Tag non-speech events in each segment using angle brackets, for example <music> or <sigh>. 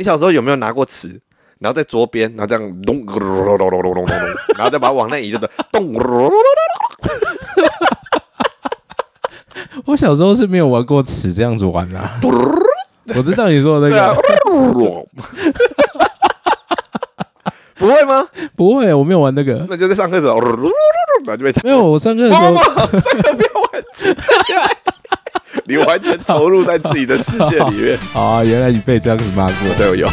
你小时候有没有拿过尺，然后在桌边，然后这样咚咚咚咚咚咚咚，然后再把它往那移，就咚咚。 <laughs> 我小时候是没有玩过尺这样子玩 <laughs> 啊。我知道你说的那对啊个，，不会吗？不会，我没有玩那个。那就在上课的时候，然后就被没有，我上课的时妈候妈，上课不要玩尺，站起来。你完全投入在自己的世界里面。 <laughs> 啊，原来你被这样子骂过。对，我有。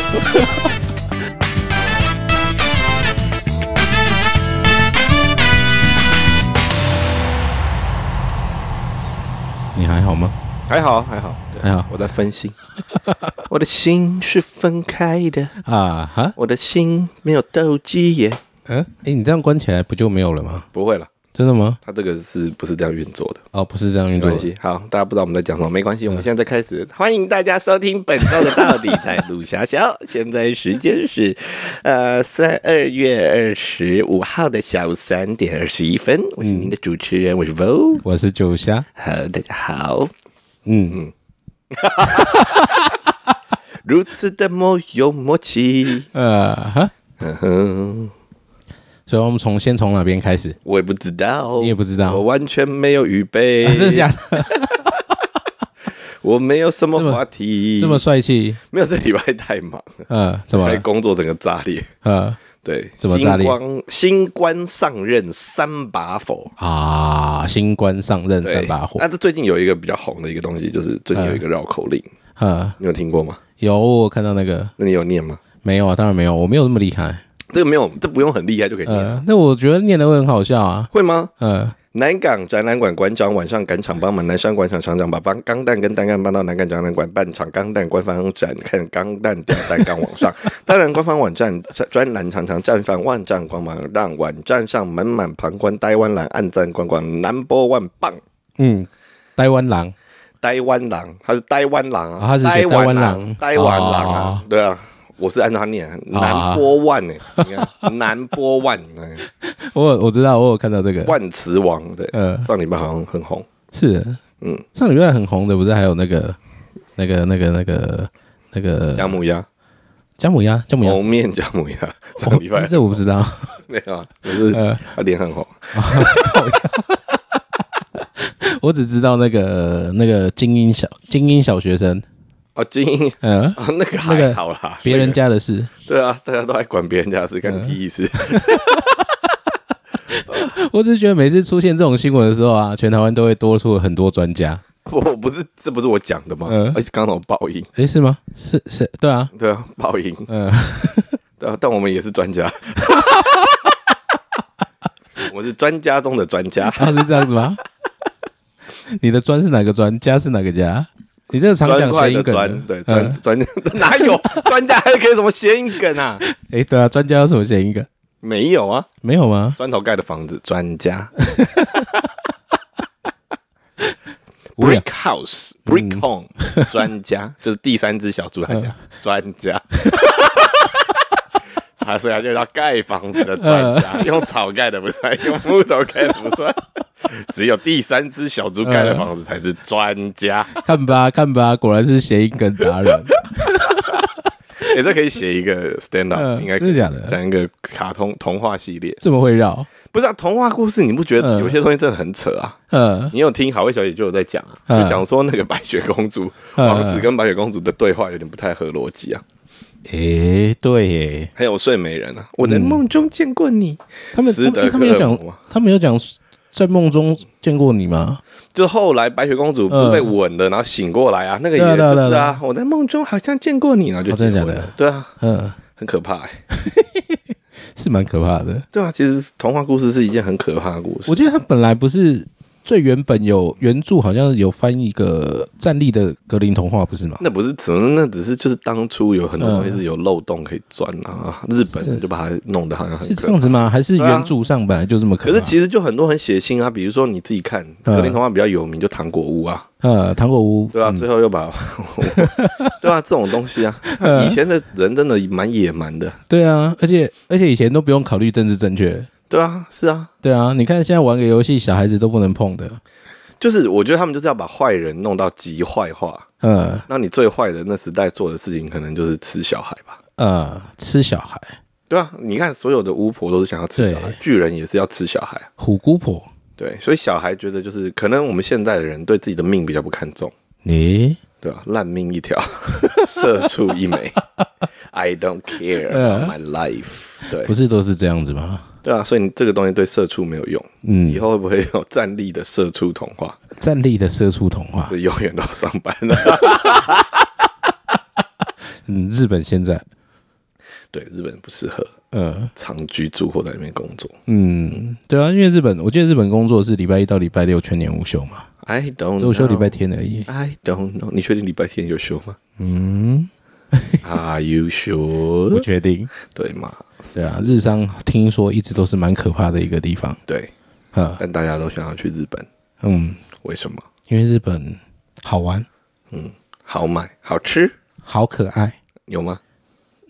你还好吗？还好，还好，还好我在分心，我的心是分开的，啊哈，我的心没有斗鸡眼。嗯，哎，你这样关起来不就没有了吗？不会了，真的吗？他这个是不是这样运作的？哦，不是这样运没作关的。系，好，大家不知道我们在讲什么，没关系，我们现在开始，欢迎大家收听本周的到底在录小 <laughs> 小，现在时间是呃三二月二十五号的下午三点二十一分，我是您的主持人，我是 Vo，我是九虾，好，大家好，嗯， <laughs> 如此的默有默契，呃哈，哼嗯哼，所以我们从先从哪边开始？我也不知道，你也不知道我完全没有预备，啊真的假哎的？我没有什么这么话题，这么帅气？没有这礼拜太忙了，呃，怎么还了？工作整个炸裂。呃对，怎么炸新裂官新官上任三把火，啊，新官上任对啊三把火那。这最近有一个比较红的一个东西，就是最近有一个绕口令，呃，你有听过吗？有我看到那个那你有念吗？没有啊？当然没有，我没有那么厉害。这个没有，这不用很厉害就可以念，呃，那我觉得念的会很好笑啊。会吗？呃，南港展览馆馆长晚上赶场帮忙，南山广场厂长把钢钢弹跟单杠搬到南港展览馆办场，钢弹官方展看钢弹吊单杠往上，当然官方网站专栏常常绽放万丈光芒，让网站上满满旁观呆湾蓝暗赞观光南波万棒。嗯，台湾狼呆湾狼，他是呆湾狼啊啊，他是写湾呆呆湾湾狼狼哦啊，对啊，我是按照他念，南波万呢，你看南波万，哎我有我知道，我有看到这个，万磁王，对，呃，上礼拜好像很红，是，嗯嗯，上礼拜很红的不是还有那个那个那个那个那个姜母鸭，姜母鸭，姜母鸭，哦蒙面姜母 <laughs> 鸭，上礼拜这我不知道， <laughs> 没有啊，就是呃，他脸很红，我只知道那个那个精英小精英小学生，哦，精英。呃， <laughs> 啊，那个还好啦，别人那个呃家的事，对啊，大家都爱管别人家的事，干你屁事。 <laughs> 我只是觉得每次出现这种新闻的时候啊，全台湾都会多出很多专家，我我不是，这不是我讲的吗嗯？而且刚刚有报应，诶，是吗？是是，对啊，对啊，报应，呃， <laughs> 对啊，但我们也是专家， <laughs> 我是专家中的专 <laughs> 家。他啊是这样 <laughs> 子吗？你的专是哪个专？家是哪个家？你这个常砖讲块的谐音梗砖，的，对呃砖砖 <laughs> 哪有专家还可以什么谐音梗啊？诶，对啊，专家有什么谐音梗？没有啊，没有 <laughs> 吗？砖头盖的房子，专家 <laughs> 无聊嗯 brick house brick home 专家就是第三只小猪，他嗯讲专 <laughs> 家。他所以他就叫盖房子的专嗯家，用草盖的不算，用木头盖的不算，只有第三只小猪盖的房子才是专家。看吧，看吧，果然是谐音梗 <laughs> 达人。也、这可以写一个 stand up，、嗯应该可真以的假的讲一个卡通童话系列，这么会绕，不是啊？童话故事你不觉嗯得有些东西真的很扯啊？呃，你有听好味小姐就有在讲啊，嗯就讲说那个白雪公主 <laughs> 嗯王子跟白雪公主的对话有点不太合逻辑啊。诶、对耶，还有睡美人啊，我在梦中见过你，嗯他们斯他德哥们他尔们有讲摩啊，他们有讲在梦中见过你吗？就后来白雪公主不是被吻了，然后醒过来啊，那个也嗯对啊对啊就是对啊，我在梦中好像见过你，然后就哦真结的婚假的了，对啊，嗯、很可怕欸，是蛮可怕的。对啊，其实童话故事是一件很可怕的故事我，记得他本来不是最原本有原著，好像有翻一个站立的格林童话，不是吗？那不是只能，那只是就是当初有嗯很多东西是有漏洞可以钻啊，日本人就把它弄得好像很是可这怕样子吗？还是对啊原著上本来就这么可可怕？是其实就很多很血腥啊，比如说你自己看嗯格林童话比较有名，就糖果屋啊，呃，糖果屋，对啊，最后又把， <laughs> 对啊，这种东西 <laughs> 啊，嗯以前的人真的蛮野蛮的，对啊，而且而且以前都不用考虑政治正确，对啊，是啊，对啊，你看现在玩个游戏，小孩子都不能碰的，就是我觉得他们就是要把坏人弄到极坏化。呃那你最坏的那时代做的事情，可能就是吃小孩吧？呃，吃小孩，对啊，你看所有的巫婆都是想要吃小孩对，巨人也是要吃小孩。虎姑婆，对，所以小孩觉得就是可能我们现在的人对自己的命比较不看重，你、对吧、烂命一条， <laughs> 社畜一 <laughs> 枚。I don't care about my life。对不，是都是这样子吗？对啊，所以你这个东西对社畜没有用。以嗯，后会不会有站立的社畜童话？ <laughs> 站立的社畜童话就，永远都要上班了。 <laughs> 嗯，日本现在，对，日本不适合呃，长居住或在里面工作。嗯，对啊，因为日本，我记得日本工作是礼拜一到礼拜六全年无休嘛， I don't 只 know。有休礼拜天而已。 I don't know。你确定礼拜天有休 <laughs> 吗嗯， ？Are you 不 sure？确定。对嘛？对啊，日商听说一直都是蛮可怕的一个地方。对，呃，但大家都想要去日本，嗯，为什么？因为日本好玩、好买、好吃好可爱，有吗？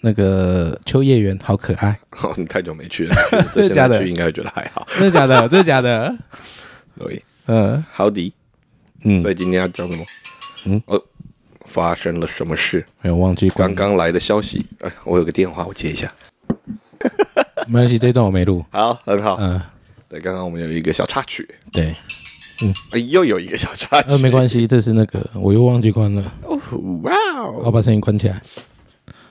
那个秋叶原好可爱，哦，你太久没去了，去 <laughs> 了这真的假现的在去应该会觉得还好。真的 <laughs> 假的？真的假的？对，嗯好的。嗯，所以今天要讲什么？嗯，哦，发生了什么事？没有忘记关刚，刚来的消息，哎，我有个电话，我接一下。没关系，这一段我没录。好，很好。嗯、对，刚刚我们有一个小插曲，对，哎，又有一个小插曲。呃，没关系，这是那个我又忘记关了，哦，哇哦！我把声音关起来。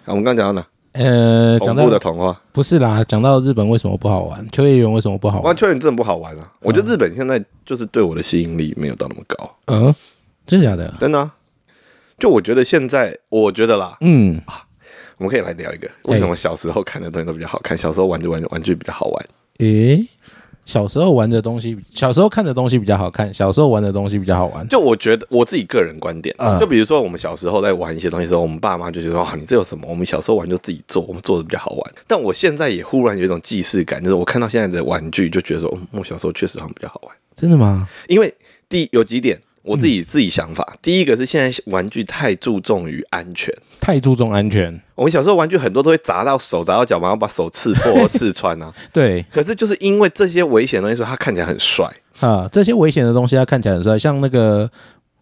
好我们刚刚讲到哪？呃，讲恐到怖的童话。不是啦，讲到日本为什么不好玩，秋叶原为什么不好哇，玩？秋园真的不好玩啊！我觉得日本现在就是对我的吸引力没有到那么高，嗯，真的假的？真的啊、就我觉得现在，我觉得啦，嗯，我们可以来聊一个为什么小时候看的东西都比较好看，小时候玩的玩玩具比较好玩。诶、小时候玩的东西，小时候看的东西比较好看，小时候玩的东西比较好玩。就我觉得我自己个人观点嗯，就比如说我们小时候在玩一些东西的时候，我们爸妈就觉得啊哇，你这有什么？我们小时候玩就自己做，我们做的比较好玩。但我现在也忽然有一种既视感，就是我看到现在的玩具，就觉得说，嗯我小时候确实好像比较好玩。真的吗？因为第有几点我自己自己想法，第一个是现在玩具太注重于安全。太注重安全，我们小时候玩具很多都会砸到手、砸到脚，然后把手刺破、 <laughs> 或刺穿啊。对可是就是因为这些危险的东西，所以它看起来很帅。啊，这些危险的东西它看起来很帅，像那个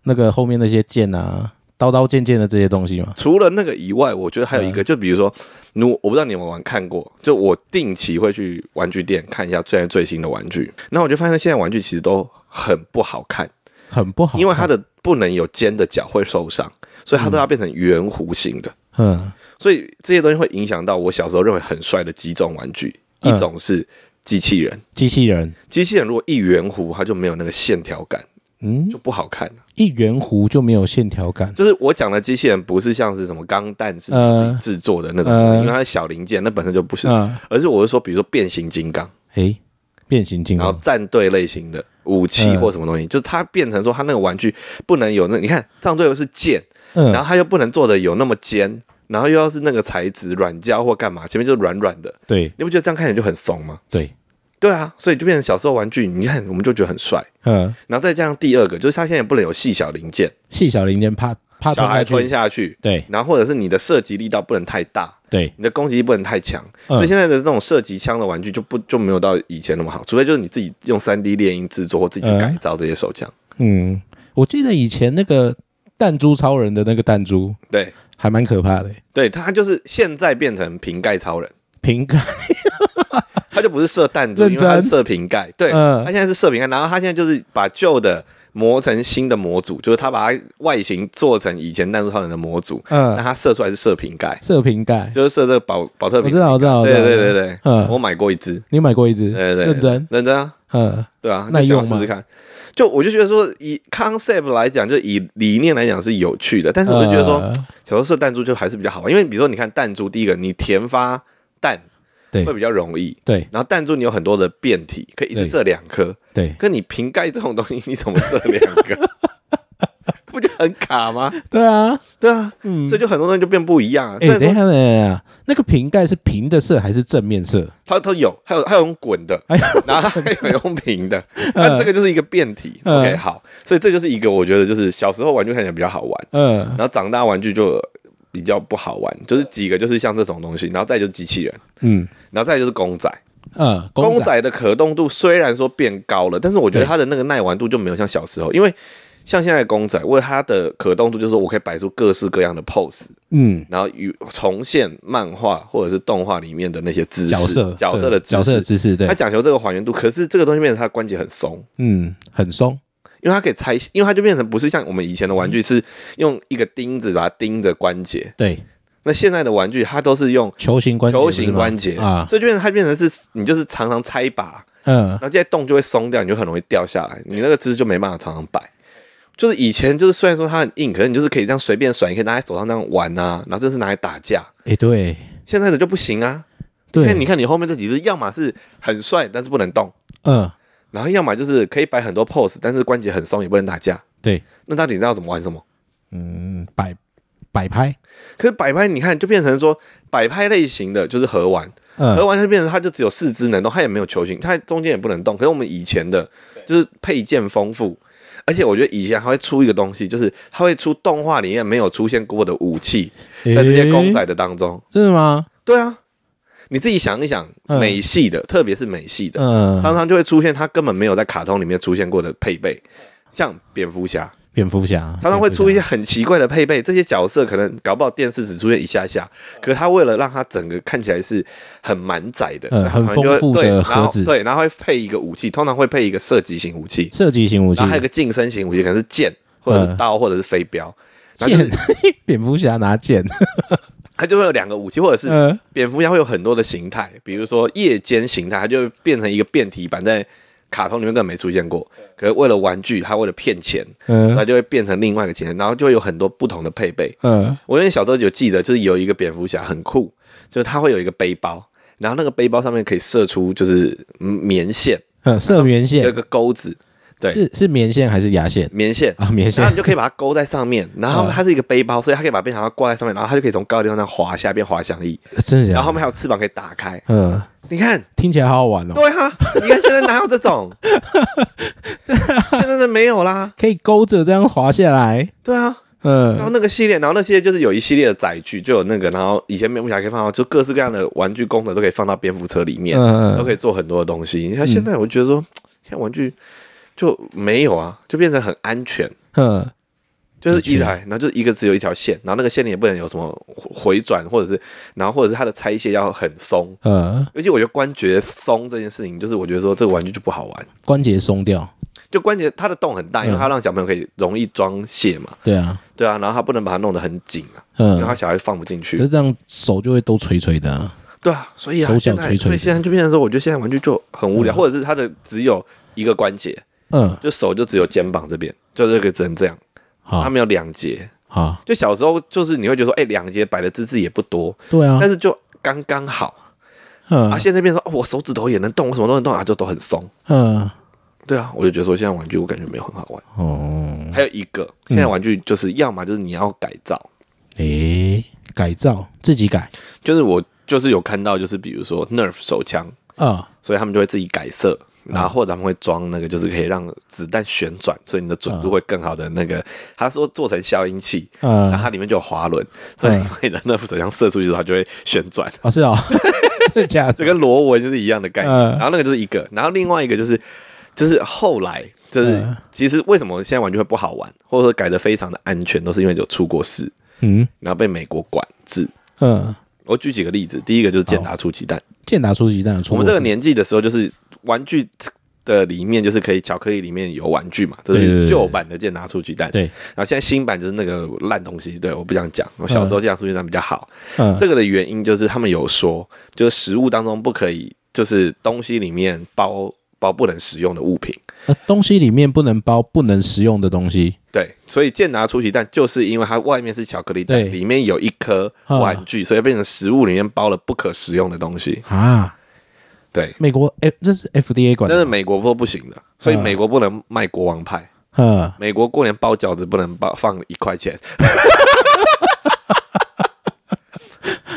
那个后面那些剑啊，刀刀剑剑的这些东西嘛。除了那个以外，我觉得还有一嗯个，就比如说，如我不知道你们有没有玩看过，就我定期会去玩具店看一下最最新的玩具，然后我就发现现在玩具其实都很不好看，很不好看，因为它的不能有尖的角会受伤，所以它都要变成圆弧形的。嗯所以这些东西会影响到我小时候认为很帅的几种玩具，一嗯种是机器人，机器人，机器人如果一圆弧，它就没有那个线条感，嗯，就不好看了。一圆弧就没有线条感，就是我讲的机器人不是像是什么钢弹是自己呃制作的那种，呃因为它是小零件，那本身就不是，啊，而是我是说，比如说变形金刚，诶、变形金然后刚，战队类型的武器嗯或什么东西，就是它变成说它那个玩具不能有那，你看战队又是剑，然嗯，后它又不能做的有那么尖，然后又要是那个材质软胶或干嘛，前面就软软的，对你不觉得这样看起来就很怂吗？对，对啊，所以就变成小时候玩具，你看我们就觉得很帅。嗯，然后再加上第二个，就是它现在也不能有细小零件，细小零件怕怕小吞孩下吞去，下去，对然后或者是你的射击力道不能太大，对，你的攻击力不能太强，嗯所以现在的这种射击枪的玩具就不就没有到以前那么好，除非就是你自己用三 D 猎鹰制作或自己去嗯改造这些手枪。嗯，我记得以前那个弹珠超人的那个弹珠对，还蛮可怕的、对，它就是现在变成瓶盖超人，瓶盖，它就不是射弹珠，因认为真它是射瓶盖。对，嗯它现在是射瓶盖，然后它现在就是把旧的磨成新的模组，就是它把它外形做成以前弹珠超人的模组，那嗯，它射出来是射瓶盖，射瓶盖，就是射这个保保特我瓶知。道，我知道，我对知道对对，对，嗯我买过一只，你买过一只，对对对，认真，认真啊，嗯，对啊，耐那用吗试试看。就我就觉得说，以 concept 来讲，就以理念来讲是有趣的，但是我就觉得说，呃小时候射弹珠就还是比较好玩，因为比如说你看弹珠，第一个你填发弹对会比较容易，对然后弹珠你有很多的变体，可以一次对射两颗，对可你瓶盖这种东西 <laughs> 你怎么射两个？ <laughs> 不就很卡吗？ <laughs> 对啊，对啊，嗯所，以就很多东西就变不一样啊。哎虽，然等一说下，等一下，那个瓶盖是平的射还是正面射？它它有，还有还有用滚的，哎呦，然后还有用平的，那这个就是一个变体。嗯 OK，好，所以这就是一个我觉得就是小时候玩具看起来比较好玩，嗯然后长大玩具就比较不好玩，就是几个就是像这种东西，然后再就是机器人，嗯，然后再就是公仔，嗯，公公仔，仔的可动度虽然说变高了，但是我觉得对它的那个耐玩度就没有像小时候，因为像现在的公仔，为了它的可动度，就是我可以摆出各式各样的 pose，嗯，然后与重现漫画或者是动画里面的那些姿势、角色角色对的角姿色的势。姿势，对它，讲求这个还原度，可是这个东西变成它的关节很松，嗯，很松，因为它可以拆，因为它就变成不是像我们以前的嗯玩具是用一个钉子把它钉着关节，对，那现在的玩具它都是用球形关节球不是形吗关节啊，所以就变成它变成是你就是常常拆把，嗯然，后这些洞就会松掉，你就很容易掉下来，你那个姿势就没办法常常摆。就是以前就是虽然说它很硬，可是你就是可以这样随便甩，你可以拿在手上这样玩啊，然后这是拿来打架。哎，对，现在的就不行啊，因为对你，看你后面这几只，要么是很帅但是不能动，嗯，然后要么就是可以摆很多 pose，但是关节很松也不能打架。对，那到底要怎么玩什么？嗯，摆摆拍，可是摆拍你看就变成说摆拍类型的就是合玩，合嗯，完它就变成它就只有四肢能动，它也没有球形，它中间也不能动。可是我们以前的就是配件丰富，而且我觉得以前还会出一个东西，就是它会出动画里面没有出现过的武器，在这些公诶，仔的当中。真的吗？对啊，你自己想一想，嗯美系的，特别是美系的，嗯，常常就会出现它根本没有在卡通里面出现过的配备。像蝙蝠侠，蝙蝠侠常常会出一些些很奇怪的配备，这些角色可能搞不好电视只出现一下哦下，可是他为了让他整个看起来是很满载的，嗯所以他很可能就会丰富的对盒子然后对，然后会配一个武器，通常会配一个射击型武器，射击型武器然后，还有一个近身型武器，可能是剑或者是刀或者是飞镖，然后剑就是， <laughs> 蝙蝠侠拿剑，它就会有两个武器，或者是嗯，蝙蝠侠会有很多的形态，比如说夜间形态，它就会变成一个变体版，在卡通里面根本没出现过，可是为了玩具，它为了骗钱，嗯它就会变成另外一个形态，然后就会有很多不同的配备。嗯，我那小时候有记得，就是有一个蝙蝠侠很酷，就是他会有一个背包，然后那个背包上面可以射出就是嗯棉线，嗯，射棉有一线个钩子，对是是棉线还是牙线棉线，啊？棉然线后你就可以把它勾在上 <laughs> 面，然后嗯它是一个背包，所以它可以把变形侠挂在上面，然后它就可以从高的地方上滑下变滑翔翼， <laughs> 真的假的？然后后面还有翅膀可以打开，嗯，你看。听起来好好玩哦，对啊，你看现在哪有这 <laughs> 种？现在的没有啦。可以勾着这样滑下来，对啊，然后嗯，那个系列，然后那些就是有一系列的载具，就有那个，然后以前蝙蝠侠可以放到，就各式各样的玩具功能都可以放到蝙蝠车里面。嗯都可嗯以做很多的东西。你看现在，我觉得说，现在玩具就没有啊，就变成很安全，嗯，就是的确一台，然后就是一个只有一条线，然后那个线里也不能有什么回转，或者是，然后或者是它的拆卸要很松。呃，而且我觉得关节松这件事情，就是我觉得说这个玩具就不好玩，关节松掉，就关节它的洞很嗯大，因为它让小朋友可以容易装卸嘛，对啊，对啊，然后它不能把它弄得很紧啊，因嗯为，它小孩放不进去可。是这样手就会都垂垂的啊，对啊，所以啊，手脚现在垂垂的所以现在就变成说，我觉得现在玩具就很无聊，或者是它的只有一个关节，嗯，就手就只有肩膀这边，就这个只能这样，它好没有两节。好，就小时候就是你会觉得说，哎、两节摆的姿势也不多，对啊但，是就刚刚好。啊，嗯现在变成说、哦我手指头也能动，我什么都能动啊，就都很松。嗯，对啊，我就觉得说现在玩具我感觉没有很好玩。哦，还有一个，现在玩具就是要么就是你要改造，诶，改造自己改就是我就是有看到就是比如说 Nerf 手枪，啊，所以他们就会自己改色，然后或者他们会装那个就是可以让子弹旋转，所以你的准度会更好的那个。他说做成消音器，然嗯后，它里面就有滑轮，所以嗯你的那副手枪射出去的时候，它就会旋转，哦是 <laughs> 哦，真的假这的？跟螺纹就是一样的概念。嗯然后那个就是一个，然后另外一个就是就是后来就是嗯其实为什么现在玩具会不好玩，或者说改的非常的安全，都是因为有出过事，嗯然后被美国管制。嗯，我举几个例子，第一个就是健达出鸡蛋，健达出鸡蛋有出我过们什这么，个年纪的时候就是玩具。的里面就是可以巧克力里面有玩具嘛，这对对是对旧版的健达出鸡蛋，对，然后现在新版就是那个烂东西，对，我不想讲。我小时候健达出鸡蛋比较好，嗯，这个的原因就是他们有说，就是食物当中不可以，就是东西里面包包不能使用的物品。呃东西里面不能包不能食用的东西，对，所以健达出奇蛋就是因为它外面是巧克力蛋，对里面有一颗玩具，所以变成食物里面包了不可食用的东西。啊，对，美国哎，这是 FDA 管但是的，美国说不行的，所以嗯美国不能卖国王派。嗯，美国过年包饺子不能包放一块 <laughs> 钱，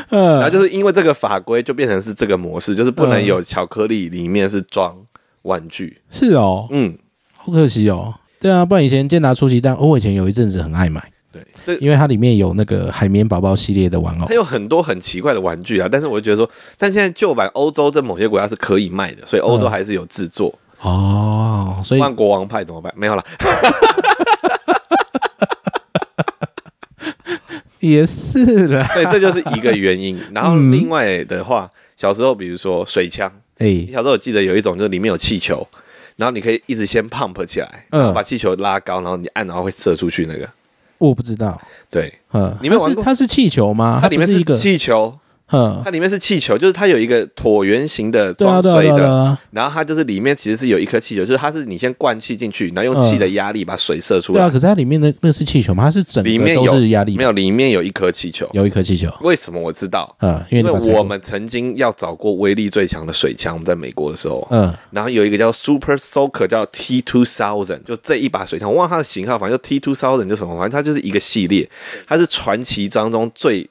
然后就是因为这个法规就变成是这个模式，就是不能嗯有巧克力里面是装玩具。是哦，嗯，好可惜哦。对啊，不然以前健达出奇蛋，哦我以前有一阵子很爱买，对，这因为它里面有那个海绵宝宝系列的玩偶它。有很多很奇怪的玩具啊，但是我就觉得说，但现在旧版欧洲在某些国家是可以卖的，所以欧洲还是有制作。哦，所以万国王派怎么办？没有啦，也是啦。对，这就是一个原因。然后嗯另外的话，小时候比如说水枪，哎你，小时候我记得有一种就是里面有气球，然后你可以一直先 pump 起来，嗯然后把气球拉高，然后你按，然后会射出去那个。我不知道。对，嗯，你没有它玩是过啊它是气球吗？它里面不是一个气球，嗯，它里面是气球，就是它有一个椭圆形的对啊装对啊水对啊对的，啊，然后它就是里面其实是有一颗气球，就是它是你先灌气进去，然后用气的压力把水射出对啊。来可，是它里面的那是气球吗？它是整里面个都有是压力吗没，有里面有一颗气球。有一颗气球。为什么我知道？嗯，因为因你为把它拆我过们曾经要找过威力最强的水枪，我们在美国的时候，嗯然后有一个叫 Super Soaker，叫 T Two Thousand，就这一把水枪，我忘了它的型号，反正就 T Two Thousand 就什么，反正它就是一个系列，它是传奇当中最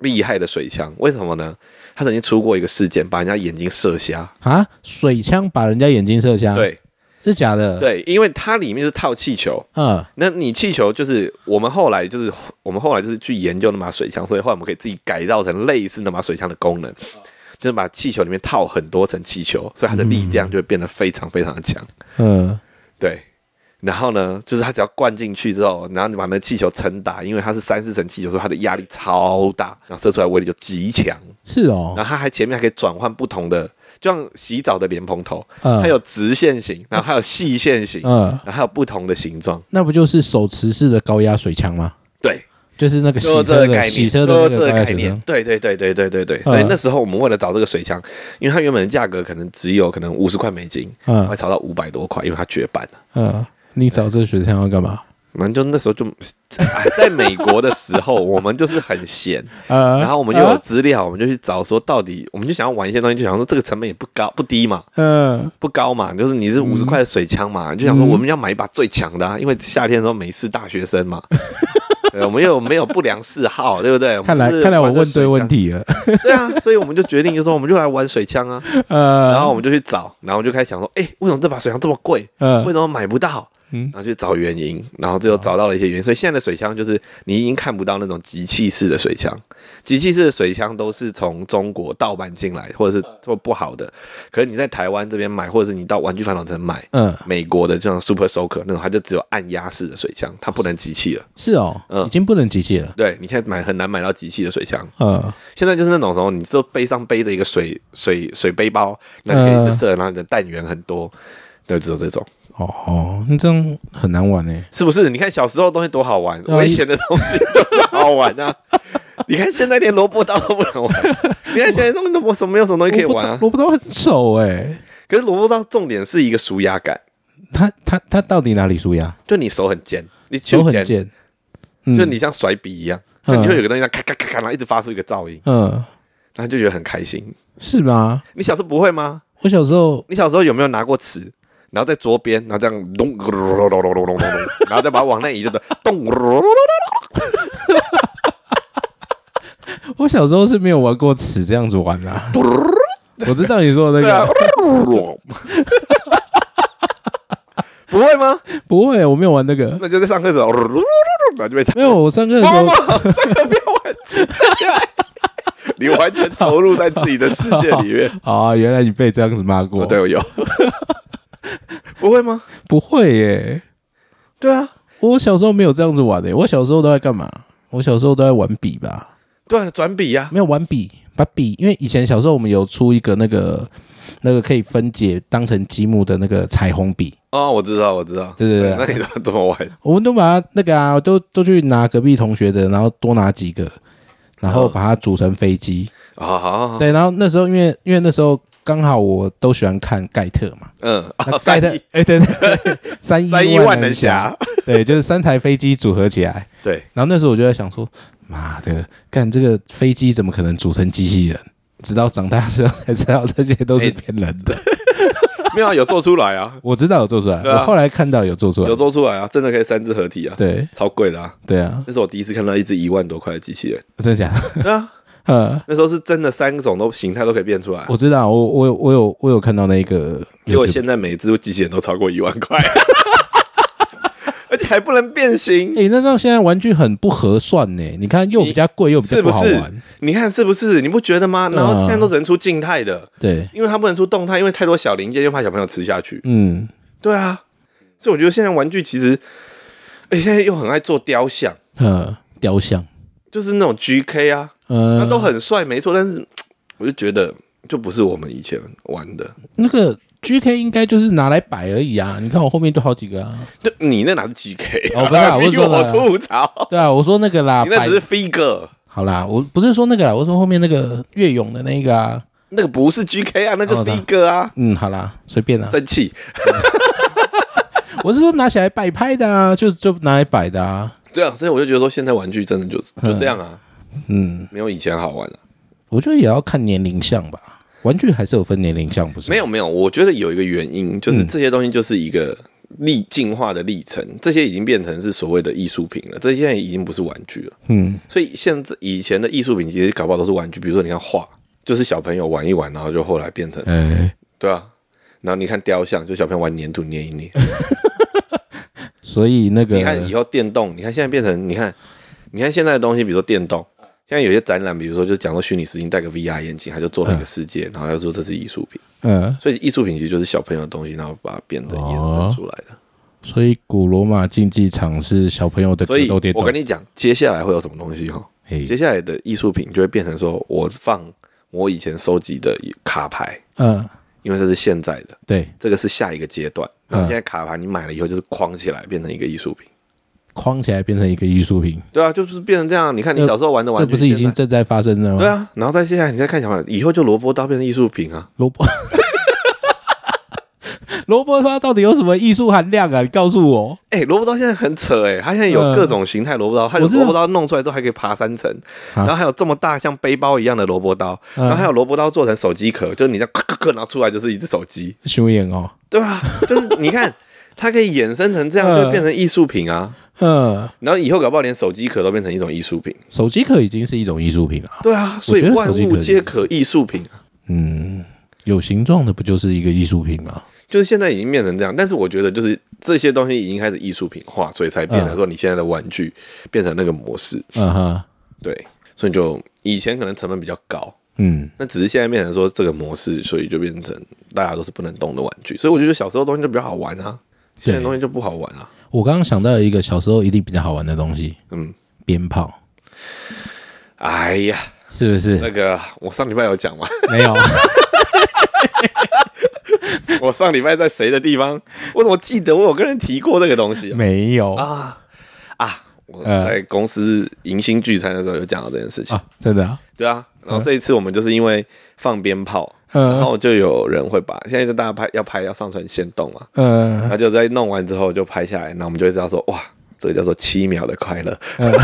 厉害的水枪。为什么呢？它曾经出过一个事件，把人家眼睛射瞎。啊，水枪把人家眼睛射瞎，，对是假的。，对，因为它里面是套气球，嗯，那你气球就是我们后来就是我们后来就是去研究那把水枪，所以后来我们可以自己改造成类似那把水枪的功能，就是把气球里面套很多层气球，所以它的力量就会变得非常非常的强。嗯，对，然后呢，就是它只要灌进去之后，然后你把那气球撑大，因为它是三四层气球，所以它的压力超大，然后射出来威力就极强。是哦，然后它还前面还可以转换不同的，就像洗澡的莲蓬头，嗯，它有直线 <laughs> 型，然后还有细线型，嗯，然后还有不同的形状。那不就是手持式的高压水枪吗？对，就是那个洗就这个车概的念，洗车的就那这个个高压概水念枪，，对对对对对对对。嗯所以那时候我们为了找这个水枪，因为它原本的价格可能只有可能五十块美金，后来嗯炒到五百多块，因为它绝版了。嗯，你找这个水枪要干嘛？反正就那时候就，哎在美国的时候，我们就是很闲，呃，然后我们又有 <laughs> 啊资料，我们就去找说到底，我们就想要玩一些东西，就想说这个成本也不高不低嘛，嗯不高嘛，就是你是五十块的水枪嘛，就想说我们要买一把最强的、啊，因为夏天的时候没事大学生 <laughs> 嘛，对，我们又没有不良嗜好，对不对？看来们就是看来我玩着问对水问枪，题了， <laughs> 对啊，所以我们就决定就说我们就来玩水枪啊，然呃，后我们就去找，然后就开始想说，哎，为什么这把水枪这么贵？为嗯什么买不到？嗯哦然后去找原因，然后最后找到了一些原因，所以现在的水枪就是你已经看不到那种集气式的水枪，集气式的水枪都是从中国盗版进来，或者是做不好的。可是你在台湾这边买，或者是你到玩具反斗城买，嗯，美国的这种 Super Soaker 那种，它就只有按压式的水枪，它不能集气了。是哦，嗯已经不能集气了，对你现在买很难买到集气的水枪，嗯现在就是那种时候，你就背上背着一个水水水背包，那你可嗯以一直射，然后你的弹源很多，对，只有这种。哦哦，那这样很难玩欸呢。是不是？你看小时候的东西多好玩，啊危险的东西都是好玩 <laughs> 啊！你看现在连萝卜刀都不能玩，你看现在东西都没什么没有什么东西可以玩啊。萝卜刀萝卜刀很丑哎，可是萝卜刀重点是一个舒压感，它它它到底哪里输呀？就你手很尖，你手就很尖，嗯就你像甩笔一样，就嗯你会有个东西像咔咔咔咔，然后一直发出一个噪音，嗯，然后就觉得很开心。是吗？你小时候不会吗？我小时候你小时候有没有拿过尺？然后在桌边，然后这样咚，然后再把它往那移，就咚， <laughs> 我小时候是没有玩过尺这样子玩啊啦、 <laughs> 我知道你说的那对啊个，， <laughs> 不会吗？不会，我没有玩那个。那就在上课的时候，然后就被没有，我上课的时 <laughs> 候，上课不要玩，站起来， <laughs> 你完全投入在自己的世界里面。啊，原来你被这样子骂过。哦，对，我有， <laughs> 不会吗？不会耶，对啊，我小时候没有这样子玩的。我小时候都在干嘛？我小时候都在玩笔吧，对啊，转笔呀，没有玩笔，把笔，因为以前小时候我们有出一个那个那个可以分解当成积木的那个彩虹笔，哦，我知道，我知道，对对对那你都怎么玩？我们都把它那个啊，都都去拿隔壁同学的，然后多拿几个，然后把它组成飞机。啊， <laughs> 好好，对，然后那时候因为因为那时候刚好我都喜欢看盖特嘛，嗯，那哦盖特三一哎、对对对， <laughs> 三一三一万万能侠，，对，就是三台飞机组合起来。对，然后那时候我就在想说，妈的，干这个飞机怎么可能组成机器人？直到长大之后才知道这些都是骗人 <laughs> 的。没有啊有做出来 <laughs> 啊，我知道有做出来，对啊我后来看到有做出来有，做出来啊，真的可以三只合体啊，对超贵的啊，对啊，那是我第一次看到一只一万多块的机器人， <laughs> 真的假的？对啊，呃，那时候是真的三种都形态都可以变出来。我知道，我我有我有我有看到那个， <laughs> 结果现在每只机器人都超过一万块，而且你还不能变形，哎、那让现在玩具很不合算呢。你看，又比较贵，又比较是不好是玩。？你看是不是？你不觉得吗？然后现在都只能出静态的，对，因为它不能出动态，因为太多小零件，又怕小朋友吃下去。嗯，对啊，所以我觉得现在玩具其实，哎、现在又很爱做雕像，呃，雕像，就是那种 GK 啊，呃，那都很帅，没错。但是我就觉得，就不是我们以前玩的。那个 GK 应该就是拿来摆而已啊。你看我后面都好几个啊。就你那哪是 GK？、啊、哦不 <laughs> 是啊我逼是说我的吐槽，对啊，我说那个啦，哦你那摆只是 figure，好啦，我不是说那个啦，我说后面那个越勇的那个啊。那个不是 GK 啊，那就是哦那 figure 啊。嗯，好啦，随便啦。生气，我是说拿起来摆拍的啊，就就拿来摆的啊。对啊，所以我就觉得说，现在玩具真的就就这样啊，嗯，没有以前好玩啊了、我觉得也要看年龄项吧。玩具还是有分年龄项，不是吗？没有没有，我觉得有一个原因，就是这些东西就是一个历进化的历程，这些已经变成是所谓的艺术品了，这些已经不是玩具了。嗯，所以现在以前的艺术品其实搞不好都是玩具，比如说你看画，就是小朋友玩一玩，然后就后来变成哎、对啊，然后你看雕像，就小朋友玩粘土捏一捏。所以那个你看以后电动，你看现在变成你看，你看现在的东西，比如说电动，现在有些展览，比如说就讲说虚拟实境戴个 VR 眼镜，他就做了一个世界，然后他说这是艺术品，嗯，所以艺术品其实就是小朋友的东西，然后把它变得延伸哦出来的。所以古罗马竞技场是小朋友的所格以斗电我动嗯跟。你讲，接下来会有什么东西哈？嘿接下来的艺术品就会变成说我放我以前收集的卡牌，嗯，因为这是现在的，对，这个是下一个阶段。然嗯后现在卡牌你买了以后就是框起来变成一个艺术品。框起来变成一个艺术品，对啊，就是变成这样。你看你小时候玩的玩这具，不是已现在经正在发生了吗？对啊，然后再接下来你再看小朋友，以后就萝卜刀变成艺术品啊，萝卜， <laughs> 萝卜它到底有什么艺术含量啊？你告诉我，哎、萝卜刀现在很扯哎、它现在有各种形态萝卜刀，它有我知道萝卜刀弄出来之后还可以爬三层，然后还有这么大像背包一样的萝卜刀，然后还有萝卜刀做成手机壳，就是你这样咔咔咔拿出来就是一只手机，熊眼哦，对吧、就是你看它可以衍生成这样，嗯就变成艺术品啊。嗯，然后以后搞不好连手机壳都变成一种艺术品，手机壳已经是一种艺术品了，对啊，所以我觉得万手机壳物皆也是可艺术品啊，嗯，有形状的不就是一个艺术品吗？就是现在已经变成这样，但是我觉得就是这些东西已经开始艺术品化，所以才变成说你现在的玩具变成那个模式，嗯哈，对，所以就以前可能成本比较高，嗯，那只是现在变成说这个模式，所以就变成大家都是不能动的玩具，所以我就觉得小时候东西就比较好玩啊，现在的东西就不好玩啊，我刚刚想到一个小时候一定比较好玩的东西，嗯，鞭炮，哎呀，是不是？那个我上礼拜有讲嘛，没 <laughs> 有，我上礼拜在谁的地方，我怎么记得我有跟人提过这个东西啊？没有啊，啊啊！我在公司迎新聚餐的时候有讲到这件事情，真的啊，对啊。然后这一次我们就是因为放鞭炮，然嗯后就有人会把现在就大家拍要拍要上传线动嘛，嗯然后就在弄完之后就拍下来，然后我们就会知道说哇，这个叫做七秒的快乐。嗯 <laughs>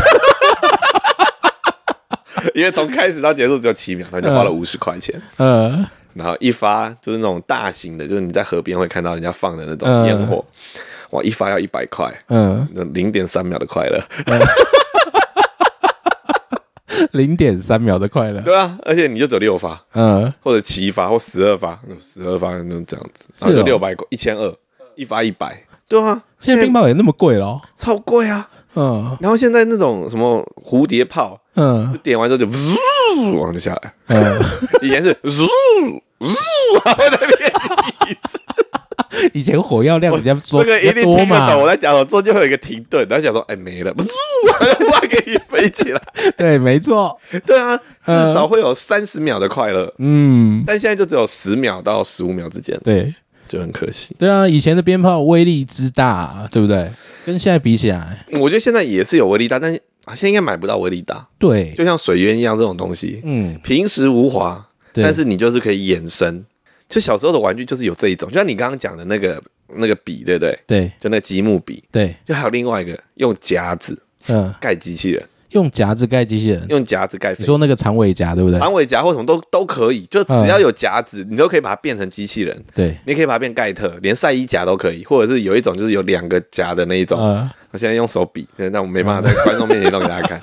因为从开始到结束只有七秒，他就花了五十块钱，嗯然后一发就是那种大型的，就是你在河边会看到人家放的那种嗯烟火，哇，一发要一百块，嗯，零点三秒的快乐。零点三秒的快乐，对啊，而且你就只有六发，嗯，或者七发，或十二发，十二发就这样子，然后是就哦六百一千二，一发一百，对啊，现在冰雹也那么贵咯，超贵啊。嗯然后现在那种什么蝴蝶炮，嗯点完之后就呜，往就下来，嗯， <laughs> 以前是呜呜，然后在那 <laughs> 边一直。以前火药量比较多，这个一定比较多啊听得嘛，懂。我在讲，我中间会有一个停顿，然后想说，哎，没了，不是，哇，给你飞起来。 <laughs> <laughs> 对，没错，对啊，至少会有三十秒的快乐，嗯，但现在就只有十秒到十五秒之间，对就很可惜。对啊，以前的鞭炮威力之大，对不对？跟现在比起来，我觉得现在也是有威力大，但是啊现在应该买不到威力大，对，就像水源一样这种东西，嗯，平时无华，对但是你就是可以衍生。就小时候的玩具就是有这一种，就像你刚刚讲的那个那个笔，对不对？对就那个积木笔，对，就还有另外一个用夹子嗯，盖机器人，用夹子盖机器人，用夹子盖嗯你飞。说那个长尾夹对不对？长尾夹或什么都都可以，就只要有夹子，你都可以把它变成机器人，对，你也可以把它变盖特，连晒衣夹都可以，或者是有一种就是有两个夹的那一种，嗯，我现在用手比，那我没办法在观众面前弄给大 <laughs> 家看。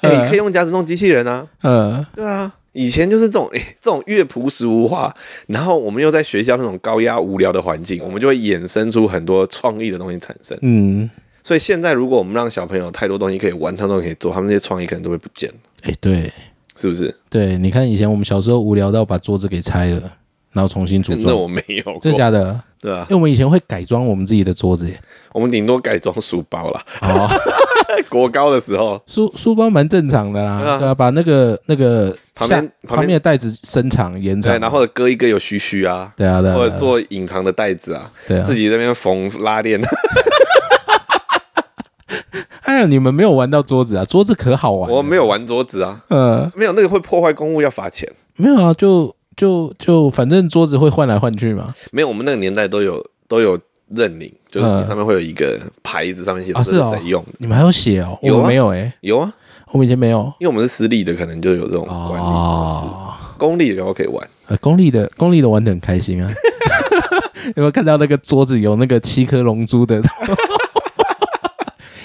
哎、你可以用夹子弄机器人啊，嗯，对啊，以前就是这种，哎、这种越朴实无华，然后我们又在学校那种高压无聊的环境，我们就会衍生出很多创意的东西产生。嗯，所以现在如果我们让小朋友太多东西可以玩，他们都可以做，他们那些创意可能都会不见，哎、对是不是？对，你看以前我们小时候无聊到把桌子给拆了，然后重新组那装，我没有过，真的假的？对啊因，为我们以前会改装我们自己的桌 <laughs> 子耶。我们顶多改装书包啦。 <laughs> 哦，国高的时候，书书包蛮正常的啦，对啊对啊，把那个那个旁边旁下边旁边的袋子伸长延对，长，然后割一个有须须啊，对啊对啊或对者啊做隐藏的袋子啊，对啊自，己在那边缝拉链，哎呀，你们没有玩到桌子啊，桌子可好玩了，我没有玩桌子啊，呃没有那个会破坏公物要罚钱，没有啊，就就就反正桌子会换来换去嘛，没有，我们那个年代都有都有认领，就是嗯你上面会有一个牌子，上面写啊这是是哦谁用的，你们还有写哦，有啊我们没有哎、有啊，我们以前没有因为我们是私立的，可能就有这种管理模式，哦，公立的我可以玩，呃，公立的公立的玩的很开 <laughs> 心啊，有没有看到那个桌子有那个七颗龙 <laughs> 珠的？ <laughs>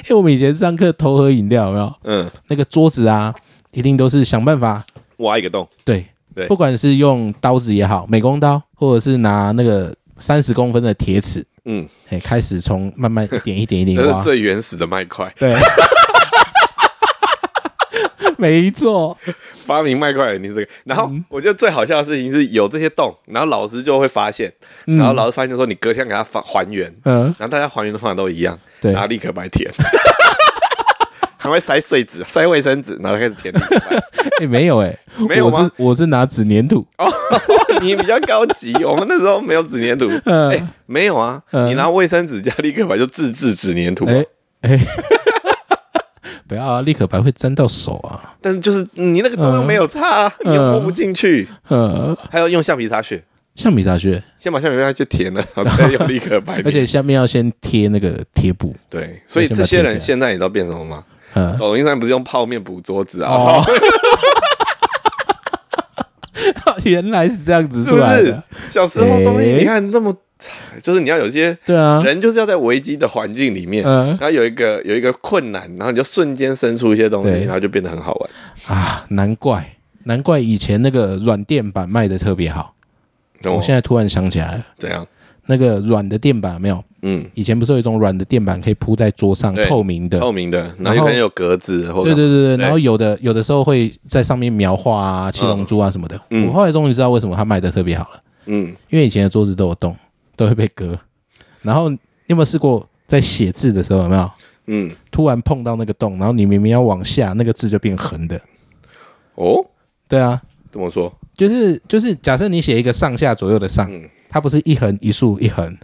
因为我们以前上课偷喝饮料，有没有？嗯，那个桌子啊，一定都是想办法，挖一个洞，对对不管是用刀子也好，美工刀，或者是拿那个三十公分的铁尺，嗯，哎，开始从慢慢一点一点一点这是挖，最原始的麦块， <laughs> 对， <laughs> 没错，发明麦块你这个。然后嗯我觉得最好笑的事情是有这些洞，然后老师就会发现，然后老师发现就说你隔天给他发还原，嗯、然后大家还原的方法都一样，对然后立刻白填。 <laughs> 还会塞碎纸、塞卫生纸，然后开始 <laughs> 填立可白。哎，没有哎、没有我吗是我是拿纸粘土，哦你比较高级，我们那时候没有纸粘土，嗯哎、没有啊，嗯你拿卫生纸加立刻白就自制纸粘土啊、哎哎。 <laughs> 不要啊！立可白会沾到手啊。但是就是你那个洞又没有擦、啊，嗯你又摸不进去，呃，还要用橡皮擦去，橡皮擦屑，先把橡皮擦去填 <laughs> 了，然后再用立刻白而粘。且下面要先贴那个贴布。 <laughs> 对，所以先这把它些贴起人来现在你知道变什么吗？嗯，抖音上不是用泡面补桌子啊？哦，原来是这样子是出不来是的。？ <laughs> 小时候东西诶你看这么，就是你要有些对啊，人就是要在危机的环境里面，嗯然后有一个有一个困难，然后你就瞬间生出一些东西，对然后就变得很好玩。啊，难怪难怪以前那个软垫板卖的特别好。懂我我现在突然想起来了，怎样？那个软的垫板有没有，嗯，以前不是有一种软的垫板可以铺在桌上，对透明的。透明的，然后然有后可能有格子或者对对对对，对然后有的有的时候会在上面描画啊、七龙珠啊什么的。嗯我后来终于知道为什么它卖的特别好了，嗯，因为以前的桌子都有洞， <laughs> 都会被割。然后你有没有试过在写字的时候有没有？嗯，突然碰到那个洞，然后你明明要往下，那个字就变横的。哦，对啊，怎么说？就是就是，假设你写一个上下左右的上，嗯它不是一横一竖一横，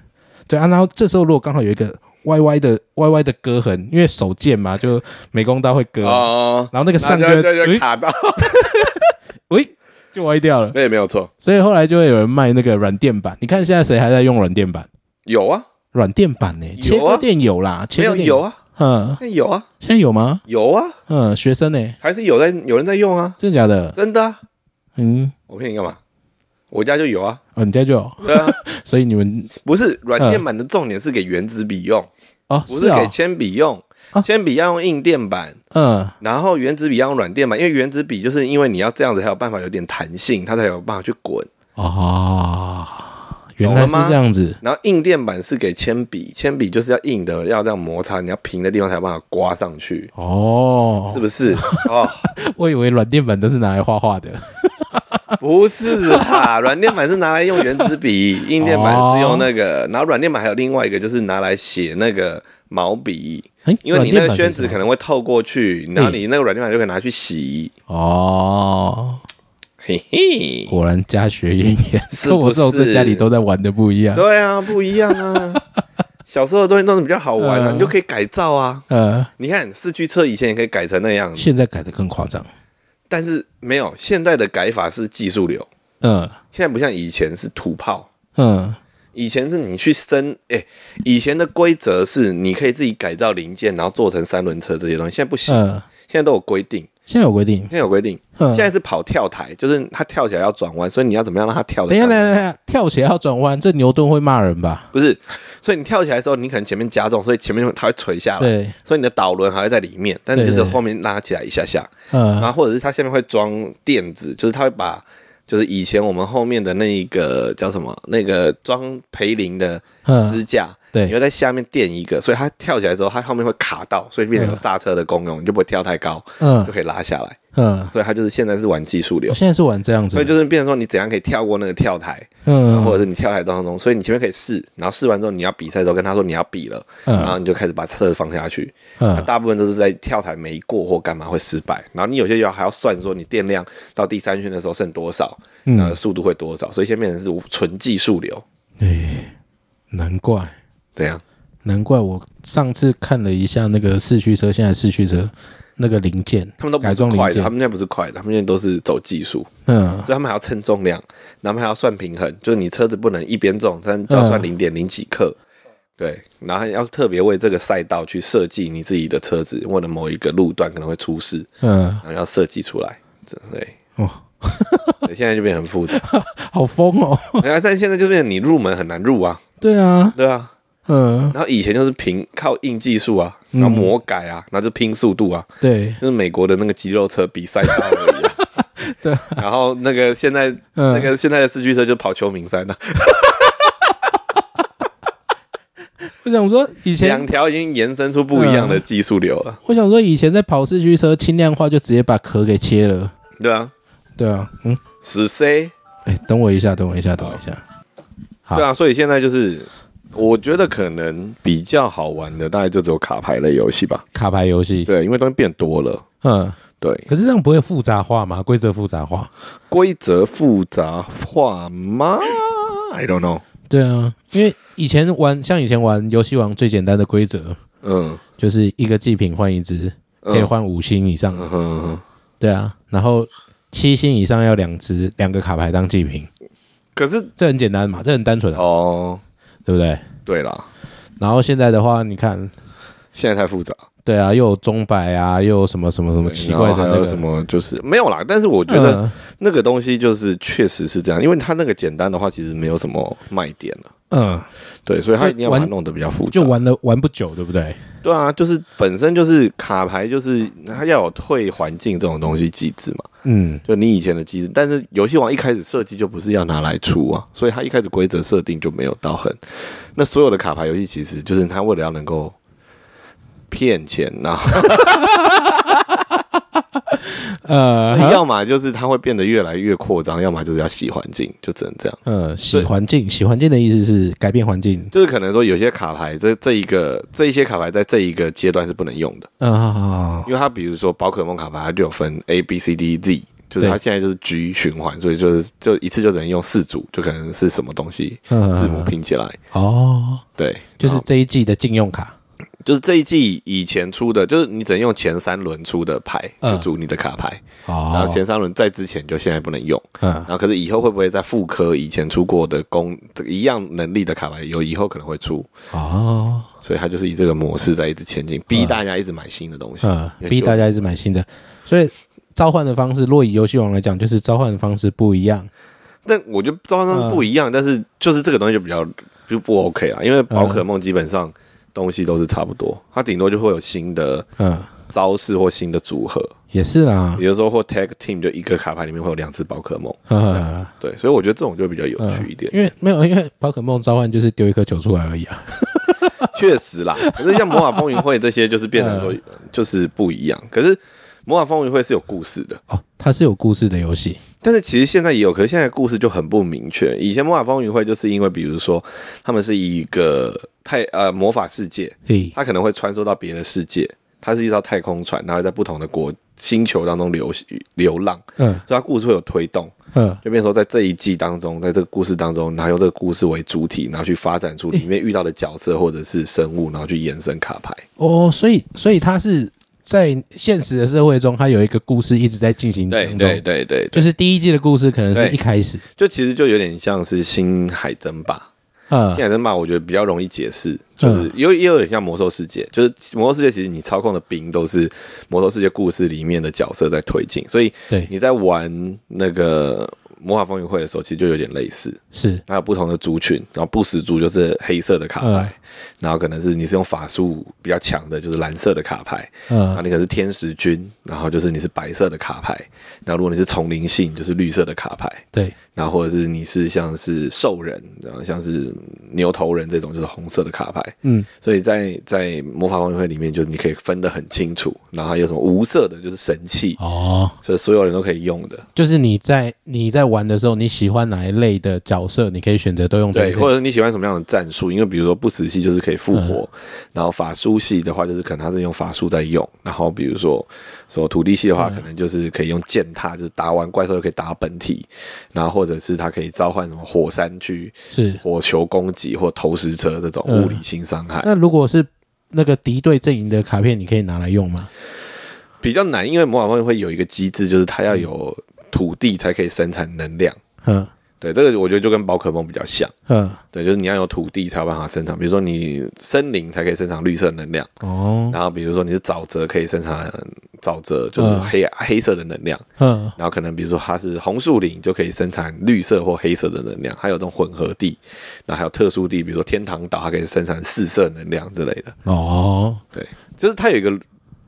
对啊，然后这时候如果刚好有一个歪歪的歪歪的割痕，因为手贱嘛，就美工刀会割，哦，啊然后那个然后上就就会就就诶卡到， <laughs> 喂就歪掉了，那也没有错，所以后来就会有人卖那个软垫板。你看现在谁还在用软垫板？有啊，软垫板呢、有啊切割店有啦，没切有割店有，啊，嗯，那有啊，现在有吗？有啊，嗯，学生呢、还是有在有人在用啊，真的假的？真的啊，嗯，我骗你干嘛？我家就有啊，哦，你家就有， <laughs> 对啊，所以你们不是软垫板的重点是给原子笔用，哦，不是嗯啊、给铅笔用啊，铅笔要用硬垫板，嗯，然后原子笔要用软垫板，因为原子笔就是因为你要这样子才有办法有点弹性，它才有办法去滚。哦，原来是这样子，然后硬垫板是给铅笔，铅笔就是要硬的，要这样摩擦，你要平的地方才有办法刮上去，哦，是不是？哦，我以为软垫板都是拿来画画的，不是啦，软垫板是拿来用原子笔，硬垫板是用那个，然后软垫板还有另外一个就是拿来写那个毛笔，诶哎因为你那个宣软垫板是纸可能会透过去，然后你那个软垫板就可以拿去洗。哦，嘿嘿，果然家学渊源，是不是跟我这种在家里都在玩的不一样。对啊，不一样 <laughs> 啊。小时候的东西弄得比较好玩啊，嗯你就可以改造啊。呃，你看四驱车以前也可以改成那样子，现在改的更夸张，但是没有现在的改法是技术流，嗯现在不像以前是土炮。嗯，以前是你去升，哎、以前的规则是你可以自己改造零件，然后做成三轮车这些东西，现在不行，嗯，现在都有规定，现在有规定现，在有规定，嗯，现在是跑跳台，就是它跳起来要转弯，所以你要怎么样让它跳的？等一下，等一下，等一下，跳起来要转弯，这牛顿会骂人吧？不是，所以你跳起来的时候，你可能前面加重，所以前面它会垂下来，对，所以你的导轮还会在里面，但你就对是对后面拉起来一下下，然嗯后或者是它下面会装垫子，就是它会把。就是以前我们后面的那一个叫什么，那个装培林的嗯，支架，对你会在下面垫一个，所以它跳起来之后，它后面会卡到，所以变成有刹车的功用，你就不会跳太高，嗯就可以拉下来。嗯，所以它就是现在是玩技术流我，现在是玩这样子所以的，就是变成说你怎样可以跳过那个跳台，或嗯者是你跳台当中，所以你前面可以试，然后试完之后你要比赛的时候跟他说你要比了，然嗯后你就开始把车放下去。那嗯，啊大部分都是在跳台没过或干嘛会失败，然后你有些要还要算说你电量到第三圈的时候剩多少，嗯然后速度会多少，所以现在变成是纯技术流，啊哎，难怪这样难怪我上次看了一下那个四驱车，现在四驱车那个零件，他们都不改是装零快的，件他，们现在不是快的，他们现在都是走技术，嗯所以他们还要称重量，然后他们还要算平衡，就是你车子不能一边重，但就要嗯算零点零几克。对，然后要特别为这个赛道去设计你自己的车子，或者某一个路段可能会出事，嗯，然后要设计出来。这对，哦，对现在就变得很复 <laughs> 杂。好疯哦，然后，但现在就变成你入门很难入啊，对啊，对啊。嗯，然后以前就是凭靠硬技术啊，然后魔改啊，然后就拼速度啊，对，就是美国的那个肌肉车比赛道而已、啊。 <laughs> 对啊然后那个现在、嗯那个现在的四驱车就跑秋名山了、我想说以前嗯两。条已经延伸出不一样的技术流了，我想说，以前在跑四驱车轻量化，就直接把壳给切了。对啊，对啊，嗯，十 C，哎、等我一下，等我一下，等我一下。好对啊，所以现在就是我觉得可能比较好玩的，大概就只有卡牌类游戏吧，卡牌游戏，对，因为东西变多了，嗯，对，可是这样不会复杂化吗？规则复杂化？规则复杂化吗？I don't know，对啊，因为以前玩，像以前玩游戏王最简单的规则嗯，就是一个祭品换一只，嗯可以换五星以上的。嗯哼哼对啊，然后七星以上要两只，两个卡牌当祭品，可是这很简单嘛，这很单纯啊，哦，对不对？对啦，然后现在的话，你看，现在太复杂，对啊，又有钟摆啊，又有什么什么什么奇怪然后的还那有个什，么就是没有啦，但是我觉得嗯那个东西就是确实是这样，因为它那个简单的话，其实没有什么卖点了。嗯，对，所以他一定要把它玩弄得比较复杂。就玩了玩不久，对不对？对啊，就是本身就是卡牌，就是它要有退环境这种东西机制嘛，嗯，就你以前的机制。但是游戏王一开始设计就不是要拿来出啊，所以它一开始规则设定就没有到很。那所有的卡牌游戏其实就是它为了要能够骗钱，然后 <laughs> 呃，要么就是它会变得越来越扩张，要么就是要洗环境，就只能这样。呃，洗环境，洗环境的意思是改变环境。就是可能说有些卡牌这这一个这一些卡牌在这一个阶段是不能用的。啊、好因为它比如说宝可梦卡牌，它就有分 A、B、C、D、Z，就是它对现在就是 G 循环，所以就是就一次就只能用四组，就可能是什么东西嗯字母拼起来。哦，对，就是然后这一季的禁用卡。就是这一季以前出的，就是你只能用前三轮出的牌嗯就组你的卡牌，然后哦，前三轮在之前就现在不能用，嗯然后可是以后会不会再复刻以前出过的功这个一样能力的卡牌，有以后可能会出，哦，所以它就是以这个模式在一直前进，逼大家一直买新的东西。嗯因，为逼就大家一直买新的，所以召唤的方式，若以游戏王来讲，就是召唤的方式不一样。但我觉得招商是不一样，但是就是这个东西就比较就不 OK 啦，因为宝可梦基本上东西都是差不多，它顶多就会有新的嗯，招式或新的组合，也是啦比。如说或 tag team 就一个卡牌里面会有两只宝可梦，嗯，对，所以我觉得这种就比较有趣一点，因为没有，因为宝可梦召唤就是丢一颗球出来而已啊。确实啦。可是像魔法风云会这些，就是变成说就是不一样，可是。魔法风云会是有故事的，哦，它是有故事的游戏。但是其实现在也有，可是现在的故事就很不明确。以前魔法风云会就是因为，比如说他们是一个太呃魔法世界，嘿，它可能会穿梭到别的世界，它是一艘太空船，然后在不同的国星球当中流流浪，嗯所以它故事会有推动，嗯就变成说在这一季当中，在这个故事当中，然后用这个故事为主体，然后去发展出里面遇到的角色或者是生物，然后去延伸卡牌。哦，所以所以它是在现实的社会中，它有一个故事一直在进行当对中。对对对就对，是第一季的故事可能是对一开始，就其实就有点像是新海争霸。嗯新海争霸我觉得比较容易解释，就是有也有点像魔兽世界，就是魔兽世界其实你操控的兵都是魔兽世界故事里面的角色在推进，所以对，你在玩那个魔法风云会的时候，其实就有点类似。是，它有不同的族群，然后不死族就是黑色的卡牌，嗯然后可能是你是用法术比较强的，就是蓝色的卡牌，然后嗯你可能是天使军，然后就是你是白色的卡牌，然后如果你是丛林性，就是绿色的卡牌，对，然后或者是你是像是兽人，然后像是牛头人这种，就是红色的卡牌。嗯，所以在在魔法王会里面，就是你可以分得很清楚，然后还有什么无色的，就是神器，哦，所以所有人都可以用的。就是你在你在玩的时候，你喜欢哪一类的角色，你可以选择都用这对，一类。或者你喜欢什么样的战术？因为比如说不死系就是可以复活，然后法术系的话就是可能它是用法术在用，然后比如说说土地系的话，可能就是可以用践踏，就是打完怪兽就可以打本体，然后或者是它可以召唤什么火山去是，火球攻击或投石车这种嗯物理性伤害。那如果是那个敌对阵营的卡片，你可以拿来用吗？比较难，因为魔法方会有一个机制，就是它要有土地才可以生产能量。嗯对，这个我觉得就跟宝可梦比较像。嗯，对，就是你要有土地才有办法生产，比如说你森林才可以生产绿色能量，哦，然后比如说你是沼泽可以生产沼泽，就是黑、啊黑色的能量，嗯然后可能比如说它是红树林就可以生产绿色或黑色的能量，还有这种混合地，然后还有特殊地，比如说天堂岛它可以生产四色能量之类的。哦，对，就是它有一个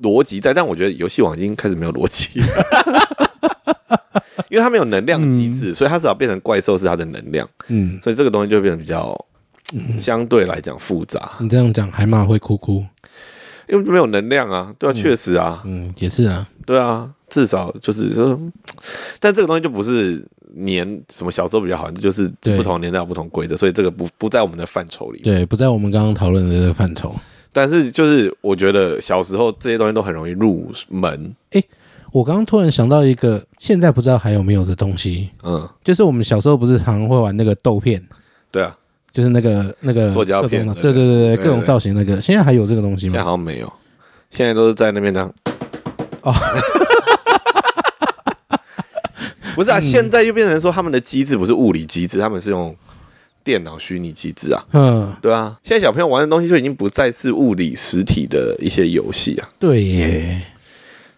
逻辑在，但我觉得游戏网已经开始没有逻辑了， <laughs> 因为它没有能量机制，所以它只要变成怪兽是它的能量，嗯，所以这个东西就变得比较相对来讲复杂，你这样讲，海马会哭哭。因为没有能量啊，对啊，确实啊，嗯，也是啊，对啊，至少就是说，但这个东西就不是。年什么小时候比较好，这就是对不同年代有不同规则，所以这个不不在我们的范畴里。对，不在我们刚刚讨论的这个范畴。但是就是我觉得小时候这些东西都很容易入门，我刚刚突然想到一个，现在不知道还有没有的东西，嗯，就是我们小时候不是常会玩那个豆片，对啊，就是那个那个塑胶片那各种个对对对对对，对各种造型那个。现在还有这个东西现在吗？好像没有，现在都是在那边当。哦， <laughs> 不嗯是啊，现在就变成说他们的机制不是物理机制，他们是用电脑虚拟机制啊。嗯，对啊，现在小朋友玩的东西就已经不再是物理实体的一些游戏啊，对耶。嗯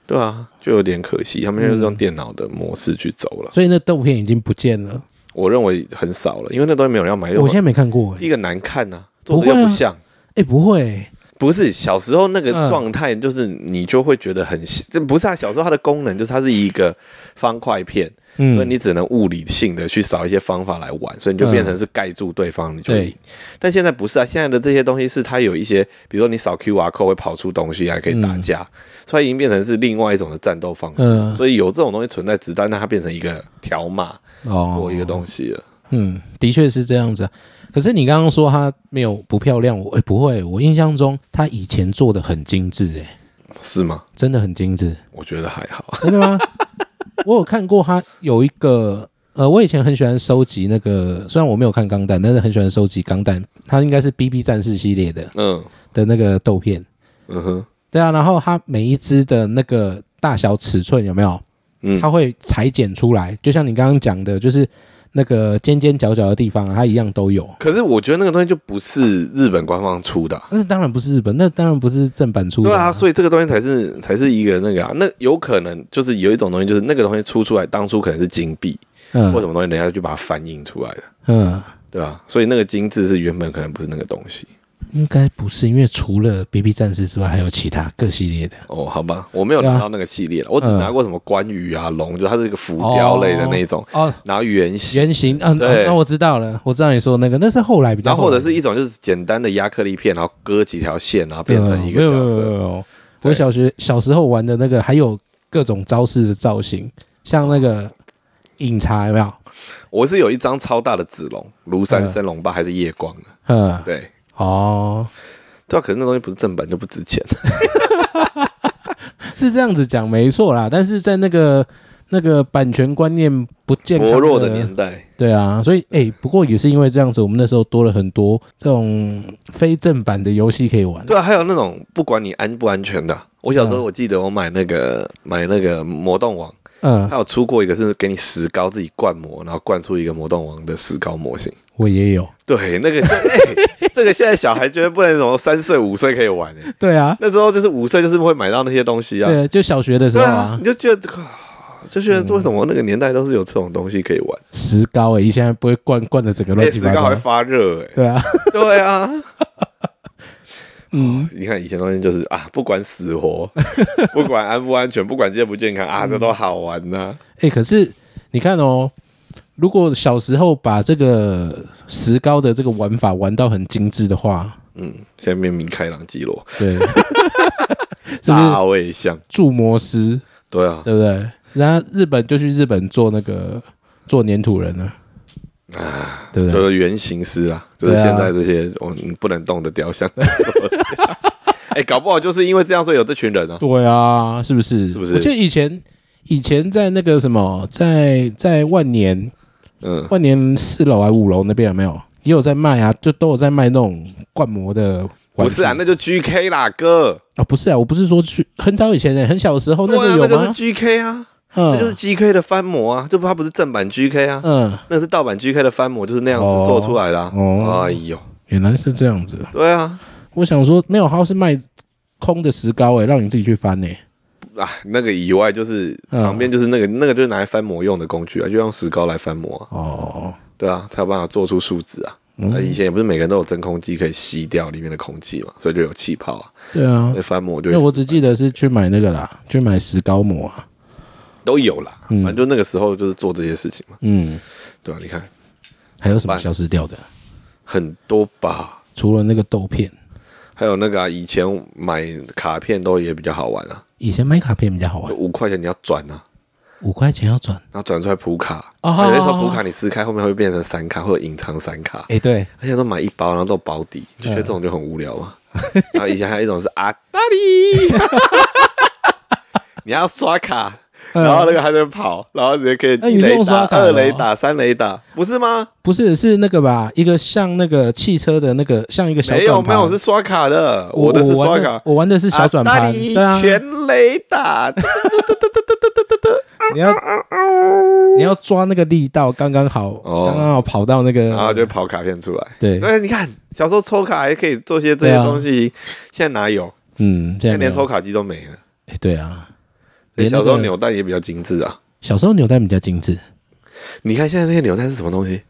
对啊，就有点可惜，他们就是用电脑的模式去走了。所以那豆片已经不见了，我认为很少了，因为那东西没有人要买。我现在没看过第哎。一个难看啊，不做会啊的又不像。哎，不会，不是小时候那个嗯状态，就是你就会觉得很，这不是啊。小时候它的功能就是它是一个方块片，所以嗯，你只能物理性的去找一些方法来玩，所以你就变成是盖住对方，你就赢对。但现在不是啊，现在的这些东西是它有一些，比如说你扫 QR code 会跑出东西来可以打架，所以它已经变成是另外一种的战斗方式。嗯所以有这种东西存在，只但那它变成一个条码哦或一个东西了。嗯，的确是这样子啊。可是你刚刚说它没有不漂亮，我哎不会，我印象中它以前做的很精致哎，是吗？真的很精致。我觉得还好。真的吗？ <laughs> 我有看过他有一个，呃，我以前很喜欢收集那个，虽然我没有看钢弹，但是很喜欢收集钢弹。它应该是 B B 战士系列的嗯的那个豆片，嗯哼对啊。然后它每一只的那个大小尺寸有没有？嗯它会裁剪出来，就像你刚刚讲的，就是那个尖尖角角的地方、啊，它一样都有。可是我觉得那个东西就不是日本官方出的啊、但是当然不是日本，那当然不是正版出的、对啊，所以这个东西才是才是一个那个啊，那有可能就是有一种东西，就是那个东西出出来，当初可能是金币或嗯什么东西，人家就把它翻印出来了，嗯，对吧、所以那个金字是原本可能不是那个东西。应该不是，因为除了 B B 战士之外，还有其他各系列的。哦，好吧，我没有拿到那个系列了，我只拿过什么关羽啊、龙，就它是一个浮雕类的那种，哦，然后圆形，圆形，嗯、对哦那我知道了，我知道你说的那个，那是后来比较然后后或来，者是一种就是简单的亚克力片，然后割几条线，然后变成一个嗯角没有没有没色。有没有对我小学小时候玩的那个，还有各种招式的造型，像那个饮茶有没有？我是有一张超大的子龙，庐山升龙霸还是夜光的，嗯，啊对。哦，对啊，可是那东西不是正版就不值钱。是这样子讲没错啦，但是在那个那个版权观念不健康薄弱的年代，对啊，所以哎、不过也是因为这样子，我们那时候多了很多这种非正版的游戏可以玩。对啊，还有那种不管你安不安全的。我小时候我记得我买那个买那个魔动王，嗯它，有出过一个是给你石膏自己灌模，然后灌出一个魔动王的石膏模型。我也有。对，那 <laughs> 个就哎，这个现在小孩绝对不能什么三岁五岁可以玩哎，对啊，那时候就是五岁就是会买到那些东西啊。对，就小学的时对候啊，啊你就觉得。啊就觉得为什么那个年代都是有这种东西可以玩？石膏哎、欸，现在不会灌灌的整个哎、乱七石八膏糟还。发热哎、 <laughs> 对啊，对啊，嗯，你看以前东西就是啊，不管死活，不管安不安全，不管健不健康啊，这都好玩呐、哎、可是你看哦，如果小时候把这个石膏的这个玩法玩到很精致的话，嗯，现在面明开朗基罗，对， <laughs> 是不是大卫像，铸魔师？对啊，对不对？然后日本就去日本做那个做粘土人了，啊，对不对？就是原型师啊，就是对啊现在这些我们不能动的雕像。 <laughs> 哎、搞不好就是因为这样，所以有这群人啊。对啊，是不是？是不是我记得以前以前在那个什么，在在万年嗯，万年四楼还五楼那边有没有？也有在卖啊，就都有在卖那种灌模的玩具。不是啊，那就 GK 啦，哥。啊不是啊，我不是说去很早以前的、很小的时哦候那对时啊，候有那就是吗？ GK 啊，那就是嗯 GK 的翻模啊，这不它不是正版 GK 啊，嗯，那是盗版 GK 的翻模，就是那样哦子做出来的、啊。哦哎呦，原来是这样子。对啊，我想说，没有，他是卖空的石膏诶、欸让你自己去翻诶、啊，那个以外就是嗯旁边就是那个那个就是拿来翻模用的工具啊，就用石膏来翻模啊，哦，对啊，才有办法做出树脂啊。嗯啊以前也不是每个人都有真空机可以吸掉里面的空气嘛，所以就有气泡啊。对啊，那翻模就因会为我只记得是去买那个啦，去买石膏膜啊。都有啦，嗯反正就那个时候就是做这些事情嘛，嗯，对吧、啊你看还有什么消失掉的？很多吧，除了那个豆片，还有那个、啊、以前买卡片都也比较好玩啊，以前买卡片比较好玩，五块钱你要转啊，五块钱要转。然后转出来普卡，哦啊有些时候普卡你撕开后面会变成散卡或者隐藏散卡，哎、对，而且都买一包，然后都有保 <laughs> 底，就觉得这种就很无聊嘛。然后以前还有一种是阿达里， <laughs> 你要刷卡，然后那个还在跑，然后直接可嗯那以你一是雷用打、刷卡的二哦雷打、三雷打，不是吗？不是是那个吧？一个像那个汽车的那个，像一个小没有转没盘。有，我是刷卡的，我的是我刷玩的卡，我玩的是小转阿达盘。里 <laughs> 对啊，全雷打， <laughs> 你要你要抓那个力道刚刚好，哦刚刚好跑到那然后个。就跑卡片出来。对，对，你看小时候抽卡还可以做些这些对啊东西，现在哪有？嗯，现在这样连抽卡机都没了。哎、对啊，对连那小时候个扭蛋也比较精致啊。小时候扭蛋比较精致，你看现在那些扭蛋是什么东西？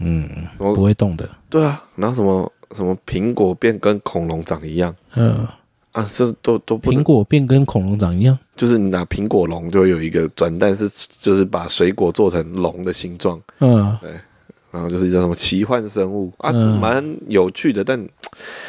嗯，我不会动的。对啊，然后什么什么苹果变跟恐龙长一样嗯，啊，是都都不苹能，果变跟恐龙长一样。就是你拿苹果龙就会有一个转蛋是就是把水果做成龙的形状，嗯，然后就是叫什么奇幻生物啊，嗯是蛮有趣的。但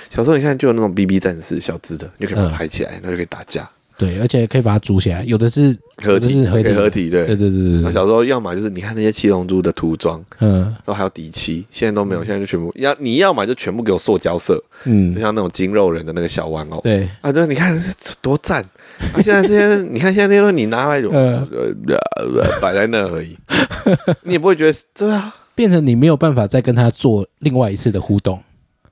小时候你看就有那种 BB 战士小只的，你就可以把它嗯拍起来，那就可以打架对，而且可以把它组起来，有的是，合就体，是合体可以合体对。对对对那对，小时候要么就是你看那些七龙珠的涂装，嗯然后还有底漆，现在都没有，现在就全部要你要么就全部给我塑胶色，就嗯，像那种筋肉人的那个小玩偶，对，啊，对，你看这多赞！啊，现在这些，你看现在这些东西，你拿来有呃呃呃摆在那而已，你也不会觉得对啊。变成你没有办法再跟他做另外一次的互动，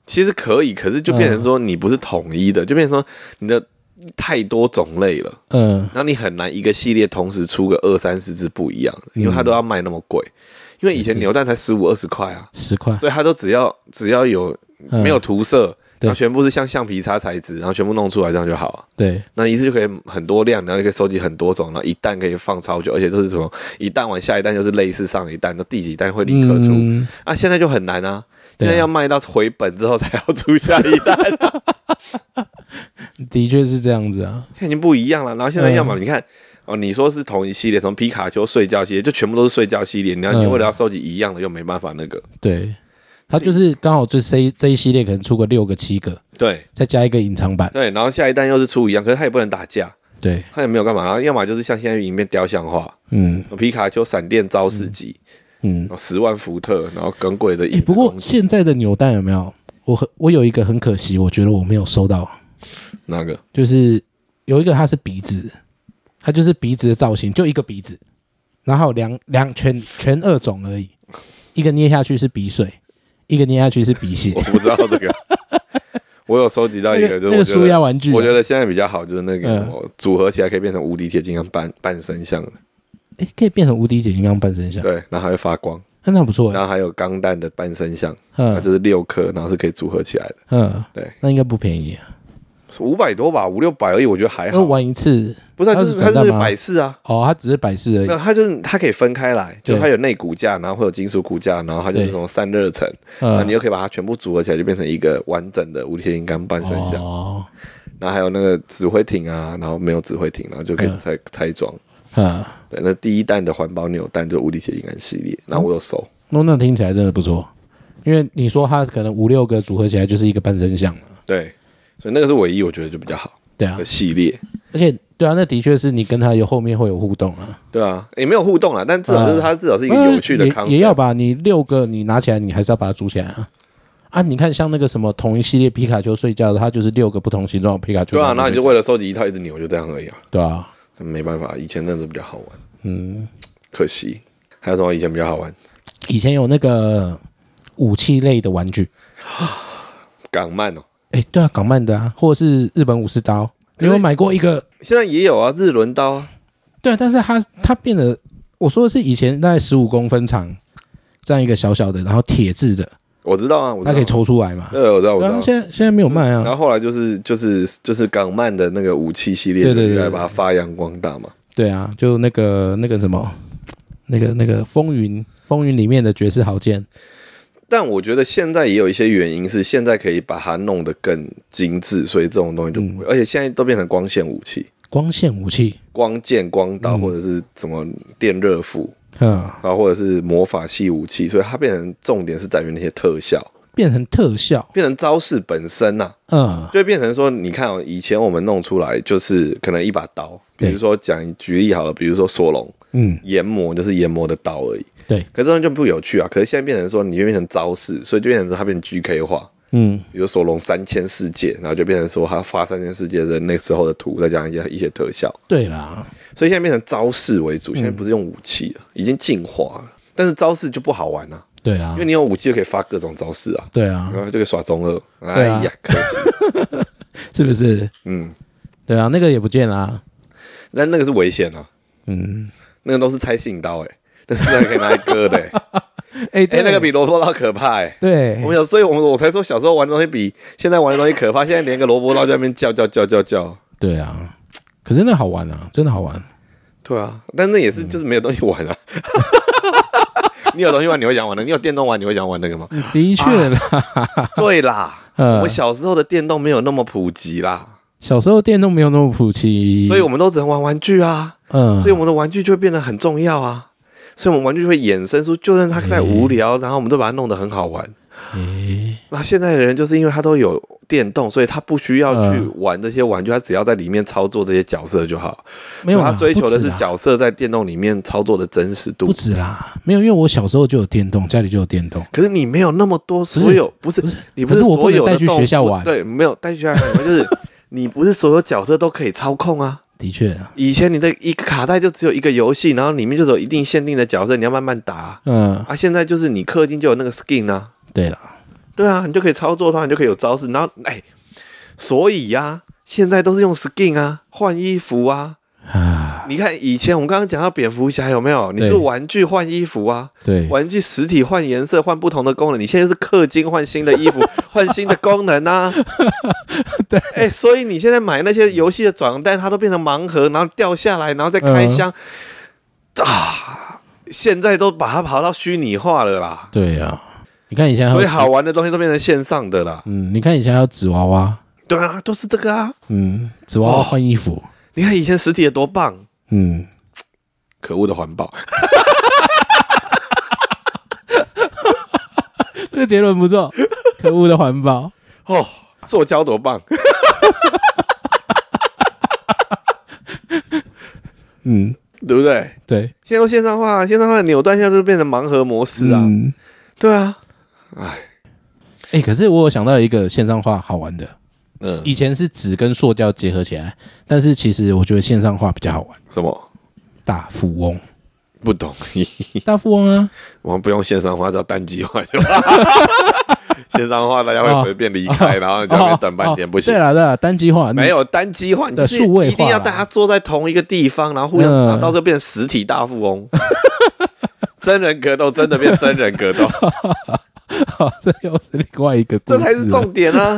其实可以，可是就嗯变成说你不是统一的，就变成说你的太多种类了，嗯，然后你很难一个系列同时出个二三十只不一样的，因为它都要卖那么贵。因为以前嗯是扭蛋才十五二十块啊，十块，所以它都只要只要有嗯没有涂色，对然后全部是像橡皮擦材质，然后全部弄出来这样就好啊。对，那一次就可以很多量，然后就可以收集很多种，然后一弹可以放超久，而且这是什么？一弹完下一弹就是类似上一弹，那第几弹会立刻出、嗯啊？现在就很难啊，现对啊在要卖到回本之后才要出下一弹、的确是这样子啊，现在已经不一样了。然后嗯现在要么你看。哦，你说是同一系列，从皮卡丘睡觉系列就全部都是睡觉系列，你要你嗯为了要收集一样的又没办法那个，对，他就是刚好就这一这一系列可能出个六个七个，对再加一个隐藏版，对，然后下一弹又是出一样，可是它也不能打架，对，它也没有干嘛，然后要么就是像现在已经变雕像化，嗯皮卡丘闪电招式集，嗯然，后十万伏特，然后耿鬼的椅诶，子不过攻击现在的扭蛋有没有？我很我有一个很可惜，我觉得我没有收到，那个？就是有一个它是鼻子，它就是鼻子的造型，就一个鼻子，然后两两全全二种而已，一个捏下去是鼻水，一个捏下去是鼻血我，不知道这个。我有收集到一那个就是那我个觉得舒压玩具啊我觉得现在比较好，就是那个嗯什么组合起来可以变成无敌铁金刚半半身像的，哎、可以变成无敌铁金刚半身像，对，然后还会发光，那那不错然哎、后还有钢弹的半身像，它嗯就是六颗，然后是可以组合起来的，嗯，对，那应该不便宜、啊，五百多吧，五六百而已，我觉得还那好。玩一次不是、啊，就是它它就是是等百事啊，哦，它只是百事而没已。有，它就是它可以分开来，对就它有内骨架，然后会有金属骨架，然后它就是对什么散热层，然后嗯你，又可以把它全部组合起来，就变成一个完整的无铁金刚半身像。哦，然后还有那个指挥艇啊，然后没有指挥艇，然后就可以嗯拆拆装。嗯，对，那第一弹的环保扭蛋就无敌铁金刚系列，然后我有收。那那听起来真的不错，因为你说它可能五六个组合起来就是一个半身像嘛，对，所以那个是唯一我觉得就比较好对啊的，系列。而且对啊，那的确是你跟他有后面会有互动啊，对啊，也没有互动啦，但至少就是它至少是一个有趣的呃 concept 也也要把你六个你拿起来，你还是要把它组起来啊。啊，你看像那个什么同一系列皮卡丘睡觉的，它就是六个不同形状的皮卡丘。对啊，那你就为了收集一套一直扭，就这样而已啊，对啊，没办法，以前那个比较好玩，嗯，可惜。还有什么以前比较好玩？以前有那个武器类的玩具，港漫哦，哎，对啊，港漫的啊，或者是日本武士刀，可是你有没有买过一个？现在也有啊，日轮刀啊，对，但是它它变得，我说的是以前大概十五公分长这样一个小小的，然后铁质的，我知道啊，我知它道可以，抽出来嘛。对，我知道，我知然道嗯后。现在现在没有卖然啊，后后来就是就是就是港漫的那个武器系列，对对对来把它发扬光大嘛。对啊，就那个那个什么，那个那个风云风云里面的绝世豪剑，但我觉得现在也有一些原因是现在可以把它弄得更精致，所以这种东西就嗯不会，而且现在都变成光线武器，光线武器，光剑、光刀或者是什么电热斧，嗯，然后或者是魔法系武器，所以它变成重点是在于那些特效，变成特效，变成招式本身呐、啊嗯，就会变成说，你看、哦，以前我们弄出来就是可能一把刀，比对如说讲举例好了，比如说索隆嗯，研磨就是研磨的刀而已，对，可是这东西就不有趣啊。可是现在变成说，你就变成招式，所以就变成说它变成 GK 化，嗯，比如索隆三千世界，然后就变成说他发三千世界的那时候的图，再加上一些一些特效，对啦，所以现在变成招式为嗯主，现在不是用武器了，已经进化了。但是招式就不好玩了、啊，对啊因为，你有武器就可以发各种招式啊，对啊，然后就可以耍中二。哎对啊呀，可惜，是不是？嗯，对啊，那个也不见啦，但那个是危险啊， <laughs> 嗯，那个都是拆信刀哎、那是那个可以拿来割 <laughs> 的、欸，哎、哎，对那个比萝卜刀可怕哎、对我，们小，所以我们我才说小时候玩的东西比现在玩的东西可怕。现在连个萝卜刀在那边叫叫叫叫叫，对啊，可是那好玩啊，真的好玩。对啊，但那也是就是没有东西 <laughs> 玩啊。 <laughs> 你有东西玩你会想玩的，你有电动玩你会想玩那个吗？的确啊啦， <laughs> 对啦，嗯我小时候的电动没有那么普及啦，小时候电动没有那么普及，所以我们都只能玩玩具啊，嗯所以，我们的玩具就会变得很重要啊。所以，我们玩具会衍生出，就算它再无嗯聊，然后我们都把它弄得很好玩。诶那现在的人就是因为他都有电动，所以他不需要去嗯玩这些玩具，他只要在里面操作这些角色就好。没有所以啦他追求的不止是啦角色在电动里面操作的真实度不。止啦，没有，因为我小时候就有电动，家里就有电动，可是你没有那么多所有，不是你可是是我所不能有的带去动学校物玩对，没有带去学校玩，就是你不是所有角色都可以操控啊。的确啊，以前你的一个卡带就只有一个游戏，然后里面就只有一定限定的角色，你要慢慢打啊。嗯，啊现在就是你氪金就有那个 skin 啊，对啦，对啊，你就可以操作它，你就可以有招式。然后，哎，所以呀、现在都是用 skin 啊，换衣服啊。啊，你看以前我们刚刚讲到蝙蝠侠有没有？你是对玩具换衣服啊，对，玩具实体换颜色，换不同的功能。你现在是氪金换新的衣 <laughs> 服，换新的功能啊。对，哎，所以你现在买那些游戏的转蛋，它都变成盲盒，然后掉下来，然后再开箱、嗯啊。现在都把它跑到虚拟化了啦，对啊，你看以前还有所以纸好，玩的东西都变成线上的啦。嗯，你看以前还有纸娃娃，对啊，都是这个啊。嗯，纸娃娃换衣服，你看以前实体的多棒，哦嗯，可恶的环保。这个结论不错，可恶的环保，哦，塑胶多棒，嗯，对不对？对，现在都线上化，线上化的扭断现在就变成盲盒模式啊。嗯对啊，哎，可是我有想到一个线上化好玩的，嗯，以前是纸跟塑胶结合起来，但是其实我觉得线上化比较好玩，什么大富翁，不懂？ <laughs> 大富翁啊，我们不用线上化，只要单机化 <laughs> 就好。线上化大家会随便离开，然后你在那边等半天，哦不行对。啦，对啦，单机化没，有单机化，你对就是数位化一定要大家坐在同一个地方，然后互相嗯打，到时候变成 <laughs> <laughs> 实体大富翁，真人格斗，真的变真人格斗，好， <laughs> 这又是另外一个故这事了，才是重点啊！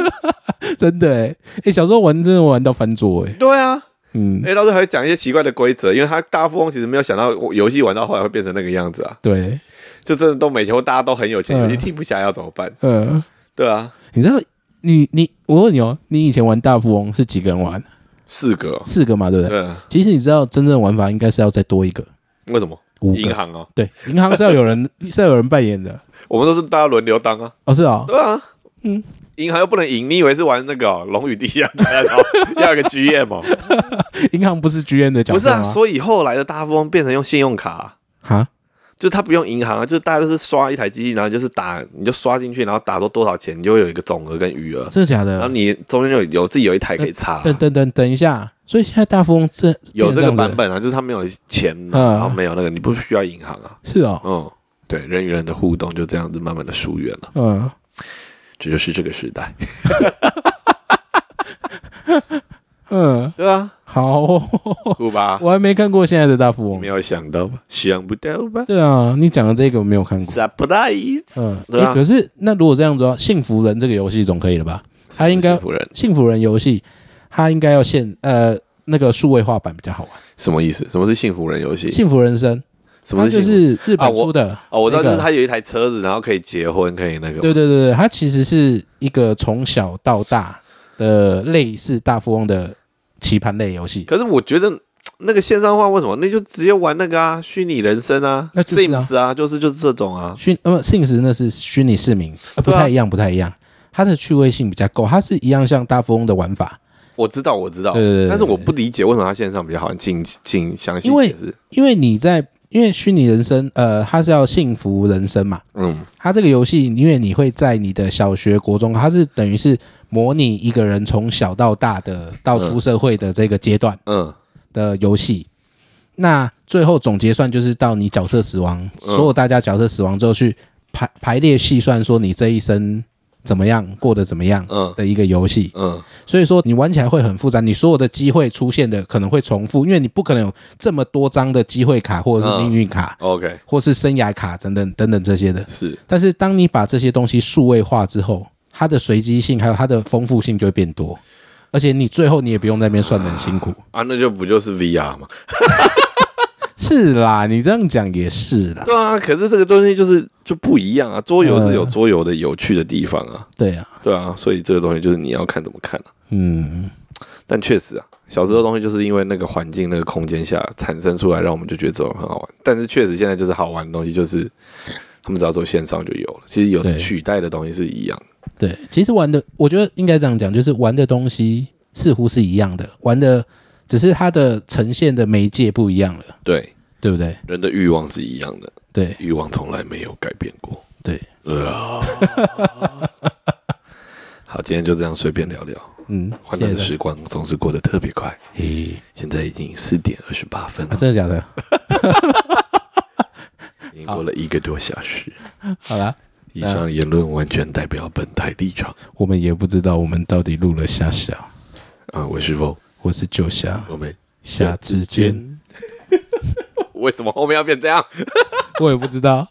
真的哎、欸小时候玩真的玩到翻桌哎、对啊，嗯因，为到时候还会讲一些奇怪的规则，因为他大富翁其实没有想到游戏玩到后来会变成那个样子啊，对，就真的都每球大家都很有钱，嗯游戏踢不下要怎么办？呃，对啊，你知道你你我问你哦，你以前玩大富翁是几个人玩？四个，四个嘛，对不对？嗯，其实你知道真正的玩法应该是要再多一个，为什么？五银个。行哦，对，银行是要有人是要有人扮演的。我们都是大家轮流当啊，哦，是哦，对啊，嗯，银行又不能赢，你以为是玩那个哦龙与地下城哦，要有个 GM <laughs> 哦？银行不是 GM 的角不是色啊，吗？所以后来的大富翁变成用信用卡啊、哈，就他不用银行啊，就是大家都是刷一台机器，然后就是打，你就刷进去，然后打出多少钱，你就会有一个总额跟余额，真的假然后的？啊你中间就有有自己有一台可以插、啊等等等等一下，所以现在大富翁这有这变个成样版子本啊，就是他没有钱、啊，嗯然后没有那个，你不需要银行啊，是哦，嗯，对，人与人的互动就这样子慢慢的疏远了，嗯，这就是这个时代，嗯，对啊，好 <laughs> 哦，酷吧？我还没看过现在的大富没翁。有想到吧？想不到吧对啊，你讲的这个我没有看过。 ？surprise，嗯，对啊诶可是那如果这样子的话，幸福人这个游戏总可以了吧？他应该什么幸福人幸福人游戏，它应该要现呃那个数位化版比较好玩。什么意思？什么是幸福人游戏？幸福人生，什么它就幸福是日啊本我出的哦，我知道，那就个是他有一台车子，然后可以结婚，可以那个，对对对对，它其实是一个从小到大的类似大富翁的棋盘类游戏。可是我觉得嘖那个线上化为什么？那就直接玩那个啊，虚拟人生啊那就是啊，Sims 啊，就是就是这种啊。虚呃，Sims 那是虚拟市民，呃，不对啊太一样，不太一样。它的趣味性比较够，它是一样像大富翁的玩法，我知道，我知道，对对对对但是我不理解为什么它线上比较好，请请详细因为解释。因为你在因为虚拟人生，呃，它是要幸福人生嘛，嗯，它这个游戏，因为你会在你的小学、国中，它是等于是模拟一个人从小到大的到出社会的这个阶段嗯，的游戏。那最后总结算就是到你角色死亡，所有大家角色死亡之后去排排列细算，说你这一生怎么样过得怎么样嗯的一个游戏。嗯，所以说你玩起来会很复杂，你所有的机会出现的可能会重复，因为你不可能有这么多张的机会卡或者是命运卡。 ，OK，或是生涯卡等等等等这些的，是但是当你把这些东西数位化之后，它的随机性还有它的丰富性就会变多，而且你最后你也不用在那边算的很辛苦。啊，那就不就是 VR 嘛？是啦，你这样讲也是啦。对啊，可是这个东西就是就不一样啊，桌游是有嗯桌游的有趣的地方啊，对啊，对啊，所以这个东西就是你要看怎么看啊。嗯，但确实啊，小时候的东西就是因为那个环境、那个空间下产生出来，让我们就觉得这种很好玩。但是确实现在就是好玩的东西，就是嗯他们只要做线上就有了，其实有对取代的东西是一样的。对，其实玩的，我觉得应该这样讲，就是玩的东西似乎是一样的，玩的只是它的呈现的媒介不一样了，对，对不对？人的欲望是一样的，对欲望从来没有改变过。对，啊好，今天就这样随便聊聊。嗯，欢乐谢的谢。时光总是过得特别快，嘿，现在已经四点二十八分啊，了，真的假的？已经过了一个多小时。好啦，以上言论完全代表本台立场。我们也不知道我们到底录了下下，啊，我是否我是九霞，我们下次见。为什么后面要变这样？我也不知道。